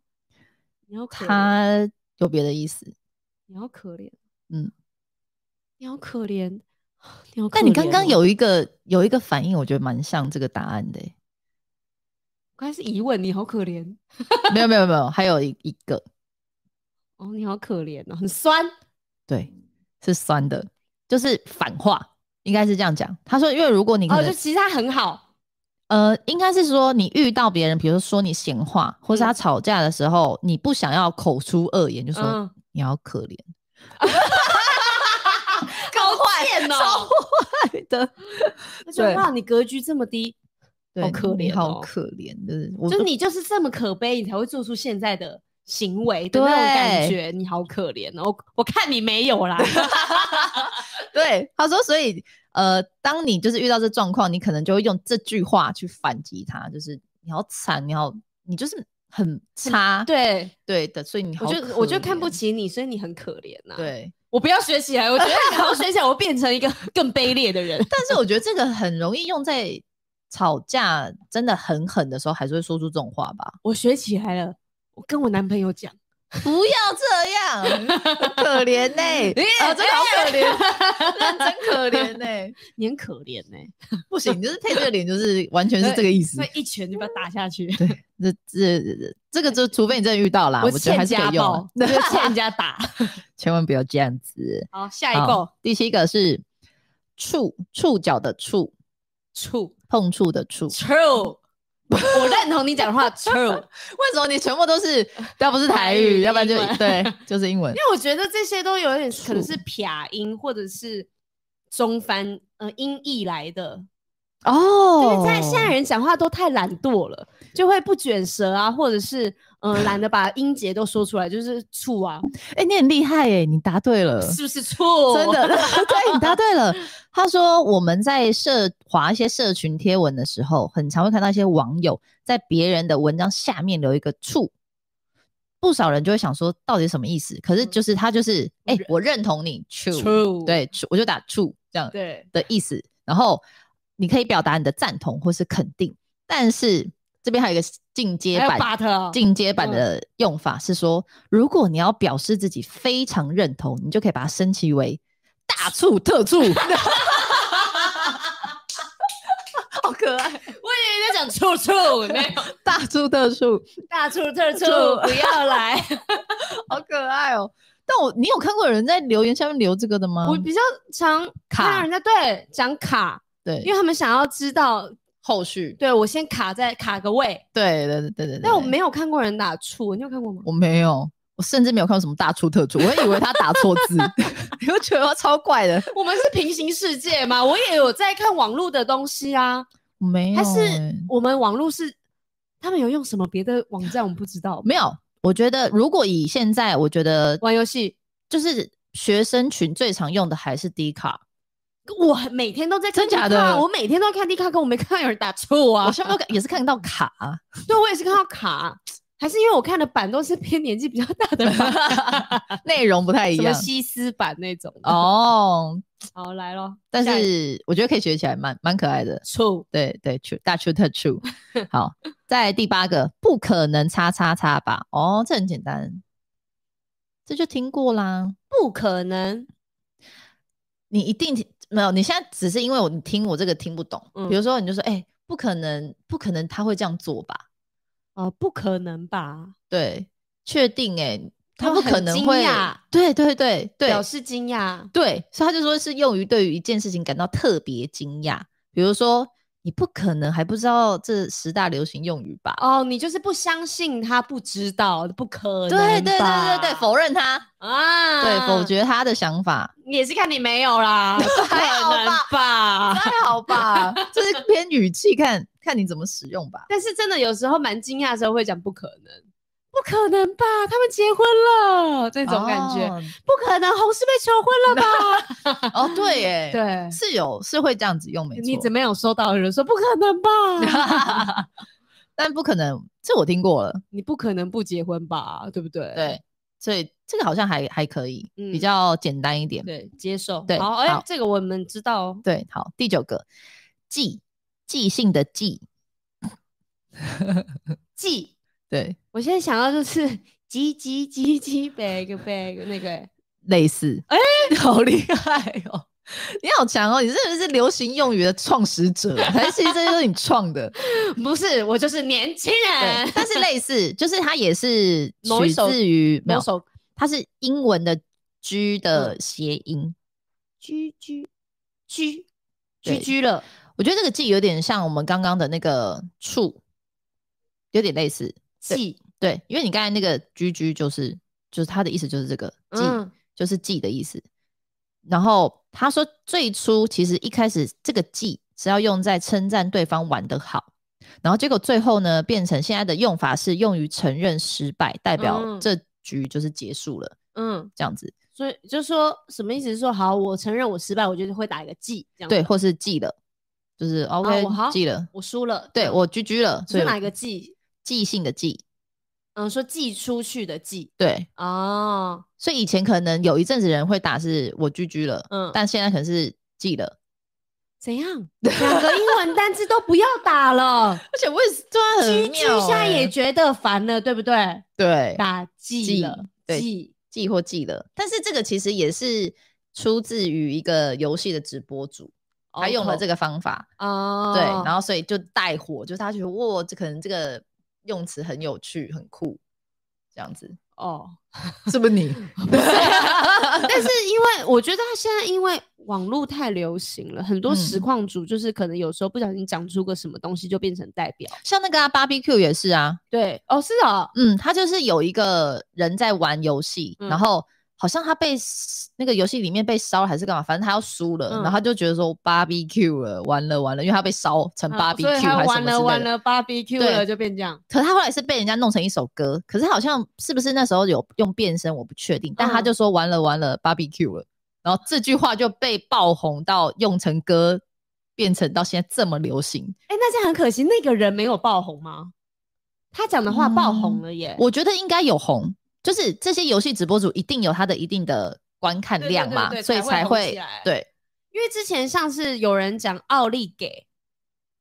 Speaker 2: 你好可怜，
Speaker 3: 他有别的意思，
Speaker 2: 你好可怜，
Speaker 3: 嗯，
Speaker 2: 你好可怜，你好可怜哦。
Speaker 3: 但你刚刚有一个有一个反应，我觉得蛮像这个答案的欸。
Speaker 2: 刚才是疑问，你好可怜
Speaker 3: 没有没有没有，还有一一个
Speaker 2: 哦，你好可怜哦，很酸。
Speaker 3: 对是酸的，就是反话，应该是这样讲。他说，因为如果你
Speaker 2: 哦，
Speaker 3: 可能、
Speaker 2: 就其实他很好，
Speaker 3: 呃，应该是说你遇到别人，比如说你闲话，或是他
Speaker 2: 嗯
Speaker 3: 吵架的时候，你不想要口出恶言，就说、
Speaker 2: 嗯，
Speaker 3: 你好可 怜。
Speaker 2: 好贱哦，
Speaker 3: 的，
Speaker 2: 那就
Speaker 3: 对
Speaker 2: 哇，你格局这么低，
Speaker 3: 对，
Speaker 2: 好可
Speaker 3: 你
Speaker 2: 怜
Speaker 3: 好
Speaker 2: 哦
Speaker 3: 可怜，就是我
Speaker 2: 就
Speaker 3: 都
Speaker 2: 你就是这么可悲，你才会做出现在的行为的那种感
Speaker 3: 对
Speaker 2: 觉，你好可怜哦。我我看你没有啦，
Speaker 3: 对，他说，所以呃，当你就是遇到这状况，你可能就会用这句话去反击他，就是你好惨，你好，你就是很差，
Speaker 2: 对
Speaker 3: 对的，所以你好
Speaker 2: 我
Speaker 3: 可怜，
Speaker 2: 就我就看不起你，所以你很可怜呐、，
Speaker 3: 对，
Speaker 2: 我不要学起来，我 觉得你好像学起来，我变成一个 更卑劣 的人。
Speaker 3: 但是我觉得这个很容易用在吵架真的很狠的时候，还是会说出这种话吧。
Speaker 2: 我学起来了，我跟我男朋友讲，
Speaker 3: 不要这样，可 怜呢、啊，真的好可怜， 认真可怜欸呢、
Speaker 2: 你很可怜 呢、
Speaker 3: 不行，就是配这个脸，就是完全是这个意思
Speaker 2: 所。以一拳就把他打下去。
Speaker 3: 对，这这这这个就除非你真的遇到啦，我觉得还
Speaker 2: 欠
Speaker 3: 是
Speaker 2: 家
Speaker 3: 可以用
Speaker 2: 暴
Speaker 3: 啊，，
Speaker 2: 我就欠人家打。
Speaker 3: 千万不要这样 子。
Speaker 2: 好，下一
Speaker 3: 好
Speaker 2: 个，
Speaker 3: 第七个是触触角的触，
Speaker 2: 处
Speaker 3: 碰触的触。
Speaker 2: true，我认同你讲的话 true，因
Speaker 3: 为什么你全部都是要不是台语，要不然就
Speaker 2: 英文
Speaker 3: 对，就是英 文。
Speaker 2: 为我觉得这些都有点可能是撇音或者是中翻呃音译来的。
Speaker 3: 哦
Speaker 2: 对，在现在人讲话都太懒惰了，就会不卷舌啊，或者是嗯懒得把音节都说出来，就是处啊，
Speaker 3: 哎、你很厉害哎、你答对了，
Speaker 2: 是不是处？
Speaker 3: 真的，对你答对了。他说我们在社划一些社群贴文的时候，很常会看到一些网友在别人的文章下面留一个“处”，不少人就会想说到底什么意思？可
Speaker 2: 嗯
Speaker 3: 是就是他就是哎、我认同你 “true”，
Speaker 2: true，
Speaker 3: 对，处我就打 “true” 这样
Speaker 2: 对，
Speaker 3: 的意思。然后你可以表达你的赞同或是肯定，但是这边还有一个进阶
Speaker 2: 还有
Speaker 3: 版
Speaker 2: but 啊
Speaker 3: 进阶版
Speaker 2: 嗯
Speaker 3: 的用法是说，如果你要表示自己非常认同，你就可以把它升级为大醋特醋。 好可爱，
Speaker 2: 我以为在讲处处，没有
Speaker 3: 大醋特醋，
Speaker 2: 大处特处，
Speaker 3: 处
Speaker 2: 不 要来。
Speaker 3: 好可爱哦！但我你有看过有人在留言下面留这个的吗？
Speaker 2: 我比较常
Speaker 3: 卡
Speaker 2: 看到人家对讲卡，因为
Speaker 3: 对
Speaker 2: 他们想要知道，
Speaker 3: 后续，
Speaker 2: 对我先卡在卡个位。
Speaker 3: 对对对对对，
Speaker 2: 但我
Speaker 3: 对
Speaker 2: 没有看过人打处，你有看过吗？
Speaker 3: 我没有，我甚至没有看过什么大错特错，我还以为他打错字， 你会觉得他超怪的。
Speaker 2: 我们是平行世界嘛，我也有在看网络的东西啊。
Speaker 3: 我没有欸、
Speaker 2: 还是我们网络是他们有用什么别的网站，我们不知道。
Speaker 3: 没有？我觉得如果以现在，我觉得
Speaker 2: 玩游戏，
Speaker 3: 就是学生群最常用的还是 D 卡、
Speaker 2: 我每天都在看
Speaker 3: 真假
Speaker 2: Dcard，
Speaker 3: 的我
Speaker 2: 我每天都在看 D 卡，可我没看到有人打处
Speaker 3: 我
Speaker 2: 啊。
Speaker 3: 上面有也是看到卡、啊
Speaker 2: 对，我也是看到卡，还是因为我看的版都是偏年纪比较大的 版，
Speaker 3: 内容不太一
Speaker 2: 什么
Speaker 3: 样
Speaker 2: 西施版那种。
Speaker 3: 哎哦。
Speaker 2: 好，来咯，
Speaker 3: 但
Speaker 2: 下一
Speaker 3: 是我觉得可以学起来，蛮蛮可爱的。
Speaker 2: 处
Speaker 3: 对对，true 大 true 特 true。好，在第八个，不可能叉叉叉吧？哦，这很简单，这就听过啦。
Speaker 2: 不可能，
Speaker 3: 你一定听没有，你现在只是因为我你听我这个听不懂，
Speaker 2: 嗯
Speaker 3: 比如说你就说，哎、不可能，不可能他会这样做吧？
Speaker 2: 哦，不可能吧？
Speaker 3: 对，确定、哎，
Speaker 2: 他
Speaker 3: 他
Speaker 2: 会
Speaker 3: 不可
Speaker 2: 很
Speaker 3: 能
Speaker 2: 惊
Speaker 3: 会
Speaker 2: 讶，
Speaker 3: 对对对对
Speaker 2: 表示惊讶，
Speaker 3: 对，所以他就说是用于对于一件事情感到特别惊讶，比如说你不可能还不知道这十大流行用语吧？
Speaker 2: 哦，你就是不相信他不知道，不可能，
Speaker 3: 对对对对对，否认他，
Speaker 2: 啊，
Speaker 3: 对，否，决他的 想法，
Speaker 2: 也是看你没有啦，不可
Speaker 3: 还好
Speaker 2: 能吧？
Speaker 3: 还好吧？就是偏语气看看你怎么使用吧。
Speaker 2: 但是真的有时候蛮惊讶的时候会讲不可能，不可能吧？他们结婚了，这
Speaker 3: 那
Speaker 2: 种感觉，不可能，红是被求婚了吧？
Speaker 3: 哦，对耶，
Speaker 2: 对，
Speaker 3: 是有是会这样子用，没错。
Speaker 2: 你怎么有收到有人说不可能吧？
Speaker 3: 但不可能，这我听过了，
Speaker 2: 你不可能不结婚吧？对不对？
Speaker 3: 对，所以这个好像还还可以，比
Speaker 2: 嗯
Speaker 3: 较简单一点。
Speaker 2: 对，接受。
Speaker 3: 对
Speaker 2: 好，哎、
Speaker 3: 好
Speaker 2: 这个我们知道哦。
Speaker 3: 对，好，第九个，记即兴的记，
Speaker 2: 记，
Speaker 3: 对，
Speaker 2: 我现在想到就是鸡鸡鸡鸡 bag bag 那个、欸，
Speaker 3: 类似，哎、 好厉害哦。你好强哦！你是不是流行用语的创始者啊？还是其实这些都是你创的？
Speaker 2: 不是，我就是年轻
Speaker 3: 对
Speaker 2: 人，。
Speaker 3: 但是类似，就是它也是
Speaker 2: 某一
Speaker 3: 取
Speaker 2: 首
Speaker 3: 自于
Speaker 2: 某
Speaker 3: 没有
Speaker 2: 首
Speaker 3: 它是英文的 G
Speaker 2: 嗯
Speaker 3: 的谐音。
Speaker 2: 居居居居
Speaker 3: 对
Speaker 2: 居了，
Speaker 3: 我觉得这个记有点像我们刚刚的那个触，有点类似。对
Speaker 2: 记，
Speaker 3: 对，因为你刚才那个居居就是就是它的意思就是这个记，
Speaker 2: 嗯，
Speaker 3: 就是记的意思。然后他说，最初其实一开始这个记是要用在称赞对方玩得好，然后结果最后呢变成现在的用法是用于承认失败，代表
Speaker 2: 嗯
Speaker 3: 这局就是结束了
Speaker 2: 嗯，
Speaker 3: 这样子。
Speaker 2: 所以就说什么意思？是说好，我承认我失败，我就是会打一个记，这样
Speaker 3: 对，
Speaker 2: 子，
Speaker 3: 或是记了，就是
Speaker 2: 嗯啊我好
Speaker 3: OK 记了，
Speaker 2: 我输了，
Speaker 3: 对我居居了，
Speaker 2: 是哪
Speaker 3: 我
Speaker 2: 一个记？
Speaker 3: 记性的记？
Speaker 2: 嗯，说寄出去的寄
Speaker 3: 对，
Speaker 2: 哦，
Speaker 3: 所以以前可能有一阵子人会打是我居居了，
Speaker 2: 嗯
Speaker 3: 但现在可能是记了，
Speaker 2: 怎 样？两个英文单字都不要打了，
Speaker 3: 而且为什对啊
Speaker 2: 居
Speaker 3: 很
Speaker 2: 居
Speaker 3: 妙
Speaker 2: 下
Speaker 3: 欸
Speaker 2: 也觉得烦了，对不对？
Speaker 3: 对
Speaker 2: 打记
Speaker 3: 记
Speaker 2: 了，
Speaker 3: 对
Speaker 2: 记
Speaker 3: 记或记了，但是这个其实也是出自于一个游戏的直播主，他用了这
Speaker 2: 个
Speaker 3: 个方法，
Speaker 2: 哦，
Speaker 3: 对，然后所以就带火，就是他觉得哇，这可能这个用词很有趣，很酷，这样子
Speaker 2: 哦，
Speaker 3: 是不是你？
Speaker 2: 但是因为我觉得他现在因为网络太流行了，很多实
Speaker 3: 嗯
Speaker 2: 况主就是可能有时候不小心讲出个什么东西就变成代表。
Speaker 3: 像那个啊，BBQ 也是啊，
Speaker 2: 对，哦，是哦，
Speaker 3: 嗯，他就是有一个人在玩游戏，
Speaker 2: 嗯
Speaker 3: 然后好像他被那个游戏里面被烧了还是干嘛，反正他要输了，
Speaker 2: 嗯
Speaker 3: 然后他就觉得说 BBQ 了，完了完了，因为他被烧成
Speaker 2: 啊
Speaker 3: BBQ
Speaker 2: 所
Speaker 3: 还
Speaker 2: 以
Speaker 3: 是什么
Speaker 2: 他
Speaker 3: 之
Speaker 2: 玩
Speaker 3: 类
Speaker 2: 了玩
Speaker 3: 的
Speaker 2: 了 barbecue
Speaker 3: 对
Speaker 2: 了就变这样。
Speaker 3: 可是他后来是被人家弄成一首歌，可是好像是不是那时候有用变声，我不确定。但他
Speaker 2: 嗯
Speaker 3: 就说完了完了，BBQ 了，然后这句话就被爆红到用成歌，变成到现在这么流行。
Speaker 2: 哎、那这样很可惜，那个人没有爆红吗？他讲的话爆红
Speaker 3: 嗯
Speaker 2: 了耶。
Speaker 3: 我觉得应该有红，就是这些游戏直播主一定有他的一定的观看
Speaker 2: 对对
Speaker 3: 量
Speaker 2: 对
Speaker 3: 嘛，
Speaker 2: 对
Speaker 3: 所以
Speaker 2: 才
Speaker 3: 才
Speaker 2: 会红起
Speaker 3: 会
Speaker 2: 来
Speaker 3: 对。
Speaker 2: 因为之前像是有人讲奥利给，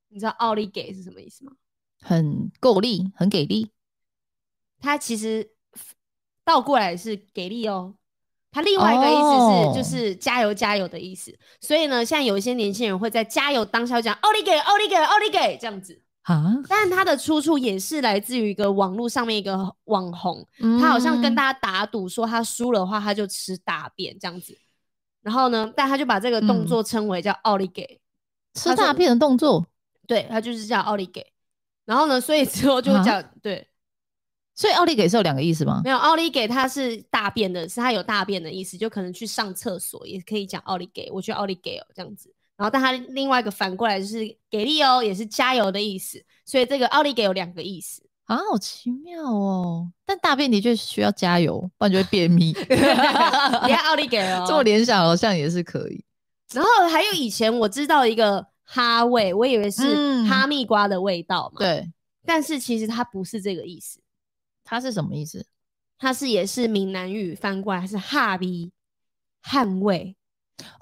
Speaker 2: 你知道奥利给是什么意思吗？
Speaker 3: 很够力，很给力。
Speaker 2: 它其实倒过来是给力哦。它另外一个意思是，就
Speaker 3: 哦
Speaker 2: 是加油加油的意思。所以呢，现在有一些年轻人会在加油当下会讲奥利给奥利给奥利给这样子，
Speaker 3: 啊，
Speaker 2: 但它的出处也是来自于一个网络上面一个网红，
Speaker 3: 嗯
Speaker 2: 他好像跟大家打赌说他输了的话他就吃大便这样子。然后呢，但他就把这个动
Speaker 3: 嗯
Speaker 2: 作称为叫奥利给，
Speaker 3: 吃大便的动作，
Speaker 2: 对他就是叫奥利给。然后呢，所以之后就
Speaker 3: 啊
Speaker 2: 叫、对，
Speaker 3: 所以奥利给是有两个意思吗？
Speaker 2: 没有奥利给它是大便的，是它有大便的意思，就可能去上厕所也可以讲奥利给，我去奥利给哦这样子。然后，但它另外一个反过来就是给力哦，也是加油的意思，所以这个奥利给有两个意思。
Speaker 3: 啊，好奇妙哦！但大便的确需要加油，不然就会 便秘。
Speaker 2: 你看奥利给哦，
Speaker 3: 这么联想好像也是可以。
Speaker 2: 然后还有以前我知道一个哈味，我以为是
Speaker 3: 嗯
Speaker 2: 哈密瓜的味道嘛，，
Speaker 3: 对，
Speaker 2: 但是其实它不是这个意思，
Speaker 3: 它是什么意思？
Speaker 2: 它是也是闽南语翻过来是哈逼捍卫。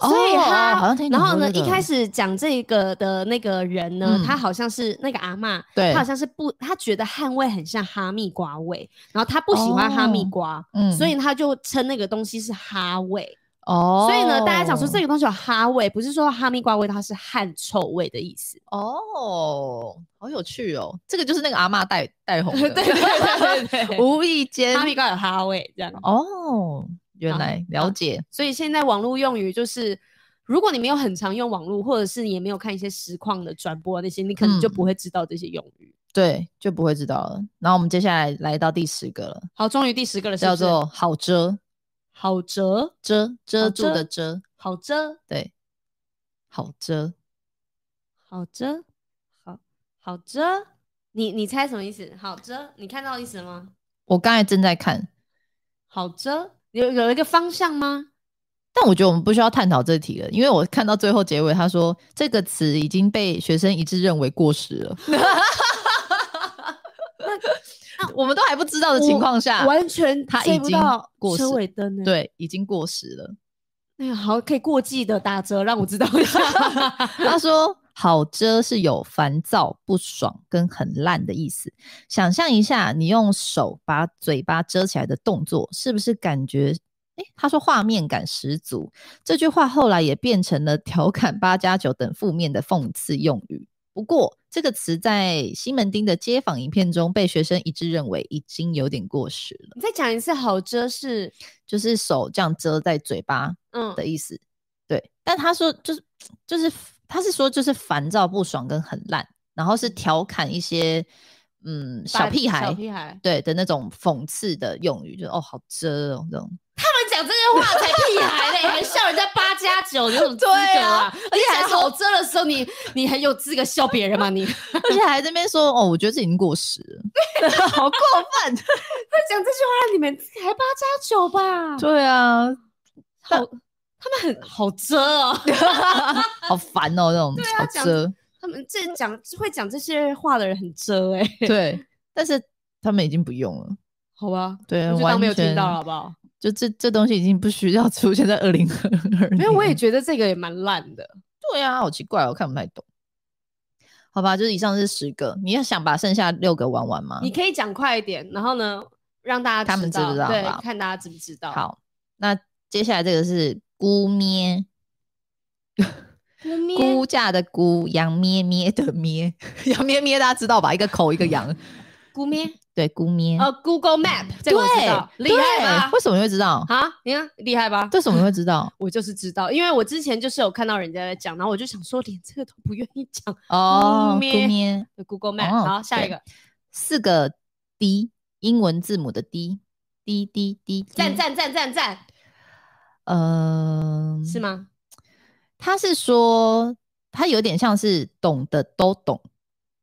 Speaker 2: 所以
Speaker 3: 哦
Speaker 2: 他、
Speaker 3: 好像听你
Speaker 2: 然后
Speaker 3: 说
Speaker 2: 呢，
Speaker 3: 这
Speaker 2: 一开
Speaker 3: 个
Speaker 2: 始讲这个的那个人呢，
Speaker 3: 嗯
Speaker 2: 他好像是那个阿嬷，
Speaker 3: 对
Speaker 2: 他好像是不，他觉得汗味很像哈密瓜味，然后他不喜欢哈密
Speaker 3: 哦
Speaker 2: 瓜，
Speaker 3: 嗯
Speaker 2: 所以他就称那个东西是哈味。
Speaker 3: 哦，
Speaker 2: 所以呢，大家讲说这个东西有哈味，不是说哈密瓜味道，它是汗臭味的意思。
Speaker 3: 哦，好有趣哦，这个就是那个阿嬷带带红
Speaker 2: 对
Speaker 3: 的，
Speaker 2: 对对对对
Speaker 3: 无意间
Speaker 2: 哈密瓜有哈味这样。
Speaker 3: 哦，原
Speaker 2: 然后嗯
Speaker 3: 来了解，
Speaker 2: 所以现在网络用语就是，如果你没有很常用网络，或者是你也没有看一些实况的转播啊那些，你可能就
Speaker 3: 嗯
Speaker 2: 不会知道这些用语。
Speaker 3: 对，就不会知道了。然后我们接下来来到第十个了，
Speaker 2: 好，终于第十个了，是不
Speaker 3: 叫
Speaker 2: 是
Speaker 3: 做好遮
Speaker 2: 好折，
Speaker 3: 遮遮
Speaker 2: 好
Speaker 3: 住
Speaker 2: 遮
Speaker 3: 的遮，
Speaker 2: 好折，
Speaker 3: 对，好遮
Speaker 2: 好折，好好折。你你猜什么意思？好折，你看到意思了吗？
Speaker 3: 我刚才正在看，
Speaker 2: 好折，有有一个方向吗？
Speaker 3: 但我觉得我们不需要探讨这题了，因为我看到最后结尾，他说这个词已经被学生一致认为过时 了。 我们都还不知道的情况下，
Speaker 2: 完全
Speaker 3: 他
Speaker 2: 追
Speaker 3: 已
Speaker 2: 不
Speaker 3: 经
Speaker 2: 到
Speaker 3: 过时
Speaker 2: 车，尾灯呢。，
Speaker 3: 对，已经过时了。
Speaker 2: 那个好可以过季的打折，让我知道一下。
Speaker 3: 他说：“好遮是有烦躁、不爽跟很烂的意思。想象一下，你用手把嘴巴遮起来的动作，是不是感觉？”诶，他说画面感十足。这句话后来也变成了调侃八加九等负面的讽刺用语。不过，这个词在西门町的街访影片中被学生一致认为已经有点过时了，
Speaker 2: 你再讲一次，好折是
Speaker 3: 就是手这样遮在嘴巴
Speaker 2: 嗯
Speaker 3: 的意思。对，但他说就是就是他是说就是烦躁不爽跟很烂，然后是调侃一些嗯小
Speaker 2: 把
Speaker 3: 屁孩
Speaker 2: 小屁孩，
Speaker 3: 对的那种讽刺的用语，就是哦好遮哦这种。
Speaker 2: 他们讲这些话才屁孩嘞， 还笑人家八加九，你有什么资格
Speaker 3: 对
Speaker 2: 啊
Speaker 3: 啊？
Speaker 2: 而且
Speaker 3: 还
Speaker 2: 讲好折的时候，你你很有资格笑别人吗？你
Speaker 3: 而且还在那边说哦，我觉得这已经过时了， 好过分。哦
Speaker 2: 讲这句话，你们才八加九吧？
Speaker 3: 对啊，
Speaker 2: 好，他们很好遮哦。
Speaker 3: 好烦哦，这种好
Speaker 2: 啊讲
Speaker 3: 遮。
Speaker 2: 他们这讲会讲这些话的人很遮哎、
Speaker 3: 对，但是他们已经不用了。
Speaker 2: 好吧，
Speaker 3: 对，
Speaker 2: 我就
Speaker 3: 呃完
Speaker 2: 当没有听
Speaker 3: 全
Speaker 2: 到了，好不好？
Speaker 3: 就这这东西已经不需要出现在二零二二。
Speaker 2: 没有，我也觉得这个也蛮烂的。
Speaker 3: 我对啊，好奇怪哦，我看不太懂。好吧，就是以上是十个，你要想把剩下六个玩完吗？
Speaker 2: 你可以讲快一点，然后呢，让大家
Speaker 3: 他们知不知道
Speaker 2: 对
Speaker 3: 吧，
Speaker 2: 看大家知不知道。，
Speaker 3: 好，那接下来这个是姑咩，
Speaker 2: 姑咩
Speaker 3: 估价的估，羊咩咩的咩， 羊咩咩大家知道吧？一个口一个羊，
Speaker 2: 姑咩，
Speaker 3: 对，姑咩。
Speaker 2: 呃，Google Map 这个我知道，
Speaker 3: 对
Speaker 2: 厉害吧
Speaker 3: 对为？什么你会知道？
Speaker 2: 啊，你看厉害吧？
Speaker 3: 为什么你会知道？
Speaker 2: 我就是知道，因为我之前就是有看到人家在讲，然后我就想说，连这个都不愿意讲。
Speaker 3: 哦，姑
Speaker 2: 咩
Speaker 3: 咩，
Speaker 2: Google Map，、
Speaker 3: 哦
Speaker 2: 好，下一
Speaker 3: 对
Speaker 2: 个，
Speaker 3: 四个 D，英文字母的 D，D D D，
Speaker 2: 赞，赞赞赞赞，
Speaker 3: 呃，
Speaker 2: 是？吗？
Speaker 3: 他是说，他有点像是懂的都懂，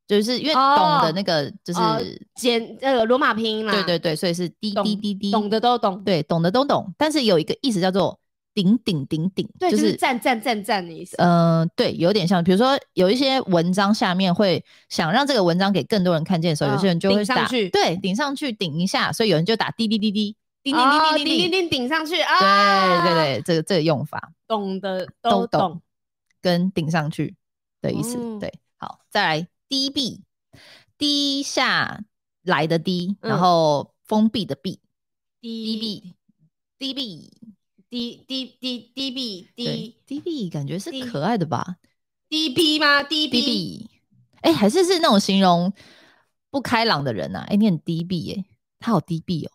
Speaker 3: 就是因为
Speaker 2: 哦
Speaker 3: 懂的那个就是，
Speaker 2: 哦简呃罗马拼音啦，
Speaker 3: 对对对，所以是 D
Speaker 2: 懂
Speaker 3: D D D，
Speaker 2: 懂的都懂，
Speaker 3: 对，懂的都懂，但是有一个意思叫做顶顶顶顶，
Speaker 2: 对，就是
Speaker 3: 是
Speaker 2: 赞赞赞赞的意思。
Speaker 3: 嗯、对，有点像，比如说有一些文章下面会想让这个文章给更多人看见的时候，有
Speaker 2: 嗯
Speaker 3: 些人就会
Speaker 2: 顶上
Speaker 3: 打
Speaker 2: 去
Speaker 3: 对，顶上去顶一下，所以有人就打滴滴滴滴，叮叮
Speaker 2: 哦
Speaker 3: 叮叮
Speaker 2: 叮
Speaker 3: 叮
Speaker 2: 叮叮
Speaker 3: 叮，
Speaker 2: 顶上去啊！
Speaker 3: 对对，对，这个这个用法
Speaker 2: 懂的
Speaker 3: 都
Speaker 2: 都
Speaker 3: 懂
Speaker 2: 懂。
Speaker 3: 跟顶上去的意思，
Speaker 2: 哦
Speaker 3: 对，好，再来低闭，低下来的低，然
Speaker 2: 嗯
Speaker 3: 后封闭的闭，低
Speaker 2: 低
Speaker 3: 闭，低闭，
Speaker 2: 低低低低 B
Speaker 3: 对
Speaker 2: 低
Speaker 3: 低闭感觉是
Speaker 2: 低
Speaker 3: 可爱的吧？
Speaker 2: 低 B 吗？低
Speaker 3: D
Speaker 2: B
Speaker 3: B，哎、还是是那种形容不开朗的人呐、啊？哎、你很 D B 哎、他好 D B 哦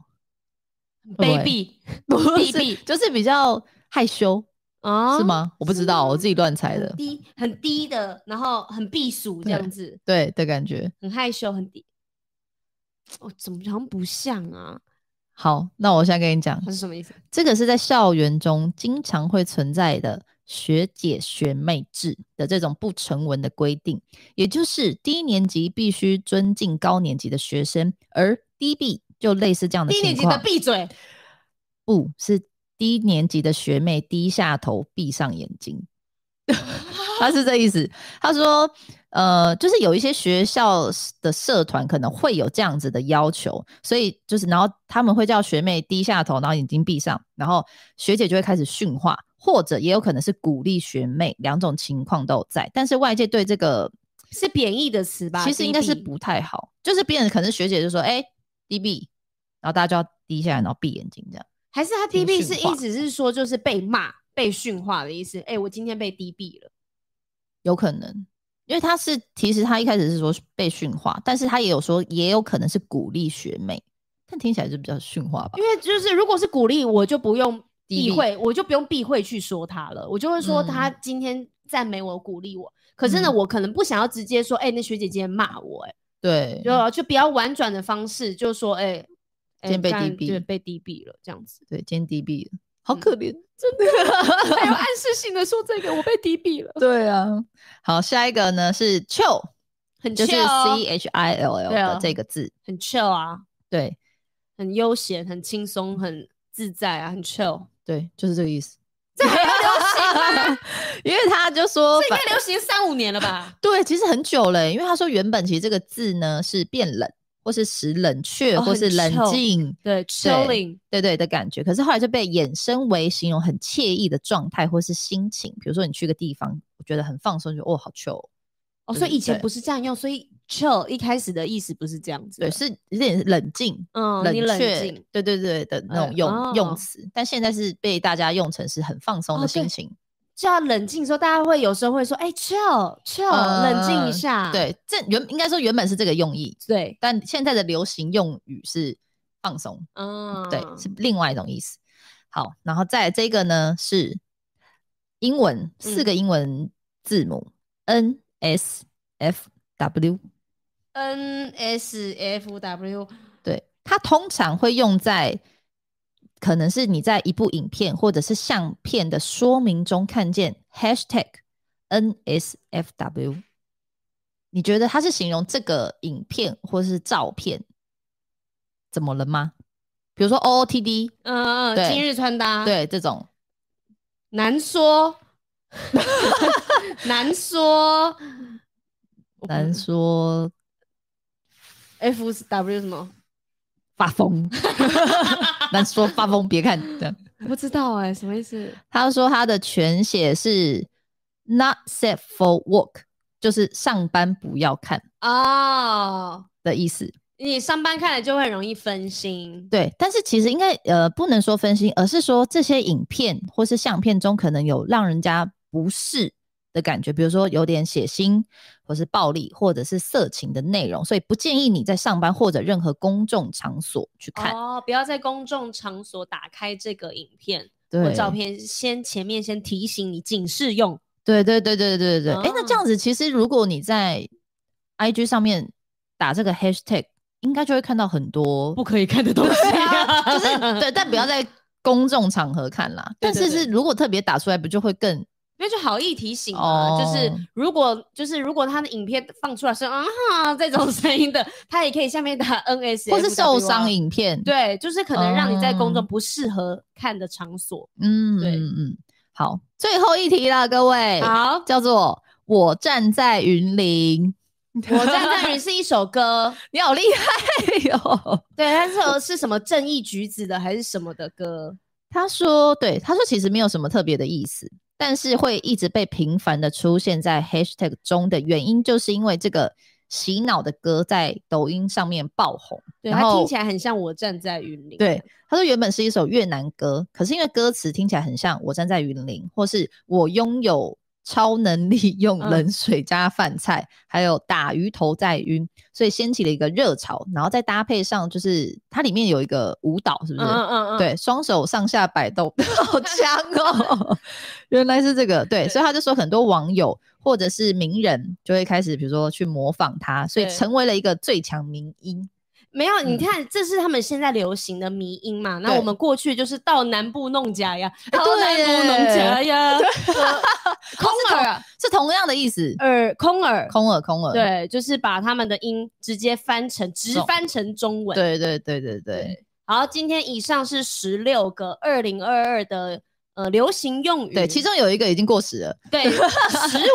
Speaker 2: baby
Speaker 3: 不是
Speaker 2: DB
Speaker 3: 就是比较害羞、
Speaker 2: 啊
Speaker 3: 是？吗？我不知道，
Speaker 2: 吗
Speaker 3: 我自己乱猜的
Speaker 2: 很，低很低的，然后很避暑这
Speaker 3: 对
Speaker 2: 样子，
Speaker 3: 对的感觉。
Speaker 2: 很害羞，很低。哦，怎么好像不像啊？
Speaker 3: 好，那我现在跟你讲
Speaker 2: 它，是什么意思？
Speaker 3: 这个是在校园中经常会存在的学姐学妹制的这种不成文的规定，也就是低年级必须尊敬高年级的学生，而 D B 就类似这样的
Speaker 2: 低
Speaker 3: 情
Speaker 2: 年
Speaker 3: 况。
Speaker 2: 级的闭嘴，
Speaker 3: 不是低年级的学妹低下头，闭上眼睛。 他是这意思。他说，呃，就是有一些学校的社团可能会有这样子的要求，所以就是，然后他们会叫学妹低下头，然后眼睛闭上，然后学姐就会开始训话，或者也有可能是鼓励学妹，两种情况都有在。但是外界对这个
Speaker 2: 是贬义的词吧？
Speaker 3: 其实应该是
Speaker 2: DB
Speaker 3: 不太好，就是别人可能学姐就说，哎、低闭，然后大家就要低下来，然后闭眼睛这样。
Speaker 2: 还是他
Speaker 3: 听
Speaker 2: DB
Speaker 3: 训
Speaker 2: 是
Speaker 3: 话
Speaker 2: 一直是说就是被骂、被训话的意思。哎、我今天被 DB 了，
Speaker 3: 有可能，因为他是其实他一开始是说被训话，但是他也有说也有可能是鼓励学妹，但听起来就比较训话吧
Speaker 2: 因。为就是如果是鼓励，我就不 用避
Speaker 3: DB
Speaker 2: 讳，我就不用避讳去说他了，我就会说他
Speaker 3: 嗯
Speaker 2: 今天赞美我、鼓励我。可是呢，
Speaker 3: 嗯
Speaker 2: 我可能不想要直接说，哎、那学姐今天骂我、哎，
Speaker 3: 对，
Speaker 2: 就就比较婉转的方式，就说，哎、哎
Speaker 3: 今天被
Speaker 2: 干
Speaker 3: DB。
Speaker 2: 对，被 DB 了，这样子
Speaker 3: 对，今天 DB 了好可怜，真
Speaker 2: 还有
Speaker 3: 的。
Speaker 2: 暗示性的说这个，我被 DB 了，
Speaker 3: 对啊，好，下一个呢是 chill，
Speaker 2: 很
Speaker 3: 就是
Speaker 2: chill，哦、
Speaker 3: C H I L L
Speaker 2: 对啊
Speaker 3: 的这个字，
Speaker 2: 很 chill 啊，
Speaker 3: 对
Speaker 2: 很悠闲，很轻松，很自在啊，很 chill。
Speaker 3: 对，就是这个意思。 这还流行因为他就说
Speaker 2: 这应
Speaker 3: 反，
Speaker 2: 该流行三五年了吧？
Speaker 3: 对，其实很久了欸，因为他说原本其实这个字呢是变冷，或是使冷却，
Speaker 2: 哦
Speaker 3: 或
Speaker 2: 很
Speaker 3: 是冷
Speaker 2: chill
Speaker 3: 静，
Speaker 2: 对，chilling，
Speaker 3: 对对的感觉。可是后来就被衍生为形容很惬意的状态或是心情，比如说你去个地方，我觉得很放松，就哦好 chill 哦。
Speaker 2: 哦，
Speaker 3: 对
Speaker 2: 所以以
Speaker 3: 对
Speaker 2: 前不是这样用，所以 chill 一开始的意思不是这样子的，
Speaker 3: 对，是有点冷静、
Speaker 2: 嗯，你冷
Speaker 3: 却
Speaker 2: 静，
Speaker 3: 对对对的那种
Speaker 2: 哎
Speaker 3: 用、用
Speaker 2: 哦
Speaker 3: 词，但现在是被大家用成是很放松的
Speaker 2: 哦
Speaker 3: 心
Speaker 2: 对
Speaker 3: 情。
Speaker 2: 就要冷静的时候，大家会有时候会说，哎，chill chill，冷静一下，
Speaker 3: 对，这原应该说原本是这个用意，
Speaker 2: 对，
Speaker 3: 但现在的流行用语是放松。
Speaker 2: 嗯，
Speaker 3: 对，是另外一种意思。好，然后再来这个呢是英文四
Speaker 2: 嗯
Speaker 3: 个英文字母、N S F W，
Speaker 2: N S F W，
Speaker 3: 对，它通常会用在可能是你在一部影片或者是相片的说明中看见 Hashtag N S F W。你觉得它是形容这个影片或是照片怎么了吗？比如说 O O T D，、
Speaker 2: 嗯
Speaker 3: 对
Speaker 2: 嗯，今日穿搭，，
Speaker 3: 对这种
Speaker 2: 难说， 难说
Speaker 3: 难说
Speaker 2: ，F W 什么？
Speaker 3: 发疯，难说发疯，别看这样。
Speaker 2: 我不知道哎，什么意思？
Speaker 3: 他说他的全写是 not safe for work，就是上班不要看
Speaker 2: 哦，
Speaker 3: 的意思。
Speaker 2: 你上班看了就会很容易分心。
Speaker 3: 对，但是其实应该呃不能说分心，而是说这些影片或是相片中可能有让人家不适的感觉，比如说有点血腥，或是暴力，或者是色情的内容，所以不建议你在上班或者任何公众场所去看。
Speaker 2: 哦，不要在公众场所打开这个影片或
Speaker 3: 对，
Speaker 2: 照片，先前面先提醒你警示 用。
Speaker 3: 对对对对对对对。哎、那这
Speaker 2: 哦
Speaker 3: 样子其实如果你在 IG 上面打这个 hashtag，应该就会看到很多
Speaker 2: 可以看的东西、
Speaker 3: 啊
Speaker 2: 啊
Speaker 3: 就是 对，但不要在公众场合看啦。
Speaker 2: 对
Speaker 3: 但
Speaker 2: 对
Speaker 3: 是
Speaker 2: 对
Speaker 3: 是如果特别打出来，不就会更
Speaker 2: 因为就好意提醒嘛，就是
Speaker 3: 哦
Speaker 2: 如果就是如果他的影片放出来是啊哈这种声音的， 他也可以下面打 N S，啊
Speaker 3: 或是受伤影片？，
Speaker 2: 对，就是可能让你在公众
Speaker 3: 哦
Speaker 2: 不适合看的场所。
Speaker 3: 嗯，
Speaker 2: 对
Speaker 3: 嗯嗯。好，最后一题了，各位，
Speaker 2: 好，
Speaker 3: 叫做我站在 云林。
Speaker 2: 我站在云是一首歌，
Speaker 3: 你好厉害哟、
Speaker 2: 对，它是是什么正义橘子的还是什么的歌？
Speaker 3: 他说，对，他说其实没有什么特别的意思，但是会一直被频繁的出现在 hashtag 中的原因，就是因为这个洗脑的歌在抖音上面爆红。
Speaker 2: 对，
Speaker 3: 然
Speaker 2: 它听
Speaker 3: 后
Speaker 2: 起来很像我站在云林。
Speaker 3: 对，他说原本是一首越南歌，可是因为歌词听起来很像“我站在云林”或是“我拥有超能力，用
Speaker 2: 嗯
Speaker 3: 冷水加饭菜”，还有“打鱼头在晕”，所以掀起了一个热潮。然后再搭配上，就是它里面有一个舞蹈，是
Speaker 2: 嗯
Speaker 3: 不是？
Speaker 2: 嗯嗯嗯，
Speaker 3: 对，双手上下摆动， 好强哦！原来是这个，对，所以他就说很多网友或者是名人就会开始，比如说去模仿他，所以
Speaker 2: 对
Speaker 3: 成为了一个最强名音。
Speaker 2: 没有，你
Speaker 3: 嗯
Speaker 2: 看，这是他们现在流行的迷音嘛？那我
Speaker 3: 对
Speaker 2: 们过去就是到南部弄假呀，
Speaker 3: 哎
Speaker 2: 到南
Speaker 3: 对
Speaker 2: 部弄
Speaker 3: 耶
Speaker 2: 假 呀，呃空耳啊
Speaker 3: 是同样的意思，
Speaker 2: 耳空耳，
Speaker 3: 空耳空耳，
Speaker 2: 对，就是把他们的音直接翻成直
Speaker 3: 懂
Speaker 2: 翻成中文。
Speaker 3: 对对对对对
Speaker 2: 好，今天以上是十六个二零二二的呃流行用语，
Speaker 3: 对，其中有一个已经过时了，
Speaker 2: 对十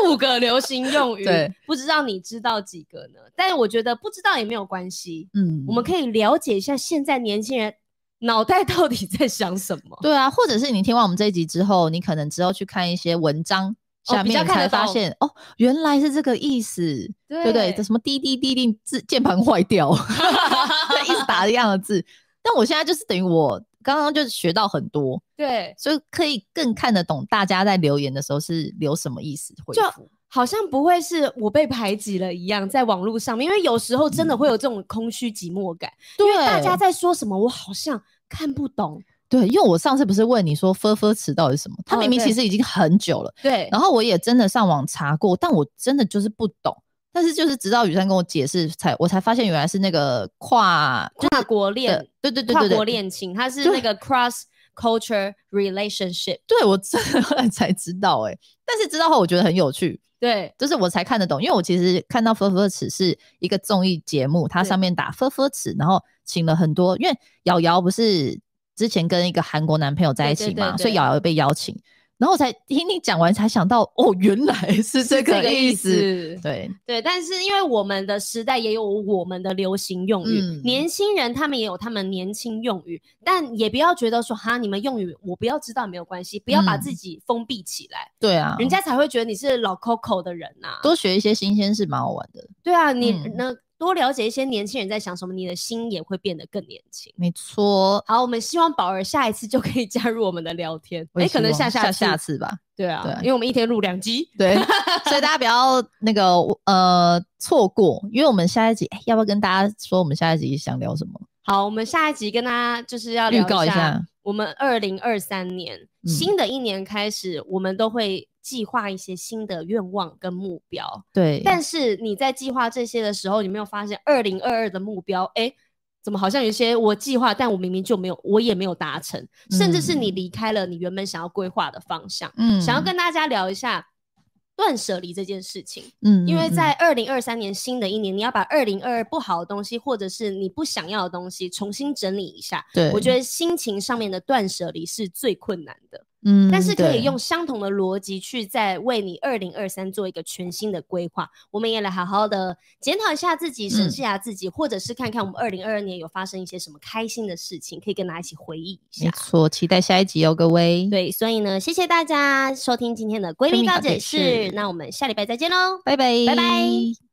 Speaker 2: 五个流行用语
Speaker 3: 对，
Speaker 2: 不知道你知道几个呢？但是我觉得不知道也没有关系，
Speaker 3: 嗯，
Speaker 2: 我们可以了解一下现在年轻人脑袋到底在想什么。
Speaker 3: 对啊，或者是你听完我们这一集之后，你可能之后去看一些文章。
Speaker 2: 哦
Speaker 3: 下
Speaker 2: 比较
Speaker 3: 面你
Speaker 2: 看得
Speaker 3: 才发
Speaker 2: 懂
Speaker 3: 现哦原来是这个意思，
Speaker 2: 对
Speaker 3: 对不对？这什么滴滴滴滴字键盘坏 掉，对，一直打一样的字。但我现在就是等于我刚刚就学到很多，
Speaker 2: 对，
Speaker 3: 所以可以更看得懂大家在留言的时候是留什么意思回
Speaker 2: 就
Speaker 3: 复。
Speaker 2: 好像不会是我被排挤了一样，在网络上面，因为有时候真的会有这种空虚寂寞感，
Speaker 3: 对，
Speaker 2: 大家在说什么，我好像看不懂。
Speaker 3: 对，因为我上次不是问你说“分分词”到底是什么？它
Speaker 2: 哦
Speaker 3: 明明
Speaker 2: 对
Speaker 3: 其实已经很久了，
Speaker 2: 对
Speaker 3: 然后我也真的上网查过，但我真的就是不懂。但是就是直到雨山跟我解释，才我才发现原来是那个跨
Speaker 2: 跨国恋
Speaker 3: 的，，对对对
Speaker 2: 跨
Speaker 3: 对
Speaker 2: 国
Speaker 3: 对，
Speaker 2: 恋情，它是
Speaker 3: 对
Speaker 2: 那个 cross culture relationship。
Speaker 3: 对我真的后来才知道哎、但是知道后我觉得很有趣，
Speaker 2: 对，
Speaker 3: 就是我才看得懂，因为我其实看到“分分尺”是一个综艺节目，它
Speaker 2: 对
Speaker 3: 上面打“分分尺”，然后请了很多，因为瑶瑶不是之前跟一个韩国男朋友在一
Speaker 2: 对
Speaker 3: 起
Speaker 2: 对
Speaker 3: 嘛，
Speaker 2: 对
Speaker 3: 所以瑶瑶被邀请，然后我才听你讲完才想到，哦，原 来是这个意思。
Speaker 2: 思。
Speaker 3: 对，
Speaker 2: 对，但是因为我们的时代也有我们的流行用语，
Speaker 3: 嗯
Speaker 2: 年轻人他们也有他们年轻用语，但也不要觉得说哈，你们用语我不要知道没有关系，不要把
Speaker 3: 嗯
Speaker 2: 自己封闭起来。
Speaker 3: 对啊，
Speaker 2: 人家才会觉得你是老 Coco 的人呐、
Speaker 3: 多学一些新鲜事，蛮好玩的。
Speaker 2: 对啊，你
Speaker 3: 嗯
Speaker 2: 能、多了解一些年轻人在想什么，你的心也会变得更年轻。
Speaker 3: 没错，
Speaker 2: 好，我们希望宝儿下一次就可以加入我们的聊天，
Speaker 3: 我
Speaker 2: 哎、
Speaker 3: 也
Speaker 2: 可能
Speaker 3: 希
Speaker 2: 下
Speaker 3: 望下
Speaker 2: 次，
Speaker 3: 下次吧。
Speaker 2: 对啊，
Speaker 3: 对啊
Speaker 2: 因为我们一天录两集，
Speaker 3: 对，所以大家不要那个呃错过，因为我们下一集、哎要不要跟大家说我们下一集想聊什么？
Speaker 2: 好，我们下一集跟大家就是要
Speaker 3: 预
Speaker 2: 聊
Speaker 3: 告一
Speaker 2: 一
Speaker 3: 下
Speaker 2: 我们二零二三年、
Speaker 3: 嗯
Speaker 2: 新的一年开始，我们都会计划一些新的愿望跟目标。
Speaker 3: 对，
Speaker 2: 但是你在计划这些的时候，你没有发现二零二二的目标，哎、怎么好像有一些我计划，但我明明就没有，我也没有达成，甚至是你离开了你原本想要规划的方向。
Speaker 3: 嗯
Speaker 2: 想要跟大家聊一下断舍离这件事情，
Speaker 3: 嗯
Speaker 2: 因为
Speaker 3: 嗯嗯
Speaker 2: 在二零二三年新的一年，你要把二零二二不好的东西，或者是你不想要的东西，重新整理一下。
Speaker 3: 对，
Speaker 2: 我觉
Speaker 3: 得
Speaker 2: 得心情上面的断舍离是最困难的，
Speaker 3: 嗯，
Speaker 2: 但是可以
Speaker 3: 对
Speaker 2: 用相同的逻辑去再为你二零二三做一个全新的规划。我们也来好好的检讨一下自己，
Speaker 3: 嗯
Speaker 2: 审视一下自己，或者是看看我们二零二二年有发生一些什么开心的事情，可以跟大家一起回忆一
Speaker 3: 没
Speaker 2: 下。
Speaker 3: 错，期待下一集哦，各位，
Speaker 2: 对，所以呢，谢谢大家收听今天的闺
Speaker 3: 闺
Speaker 2: 蜜
Speaker 3: 蜜
Speaker 2: 告
Speaker 3: 告解
Speaker 2: 解
Speaker 3: 室
Speaker 2: 室，那我们下礼拜再见喽。
Speaker 3: 拜拜，
Speaker 2: 拜拜。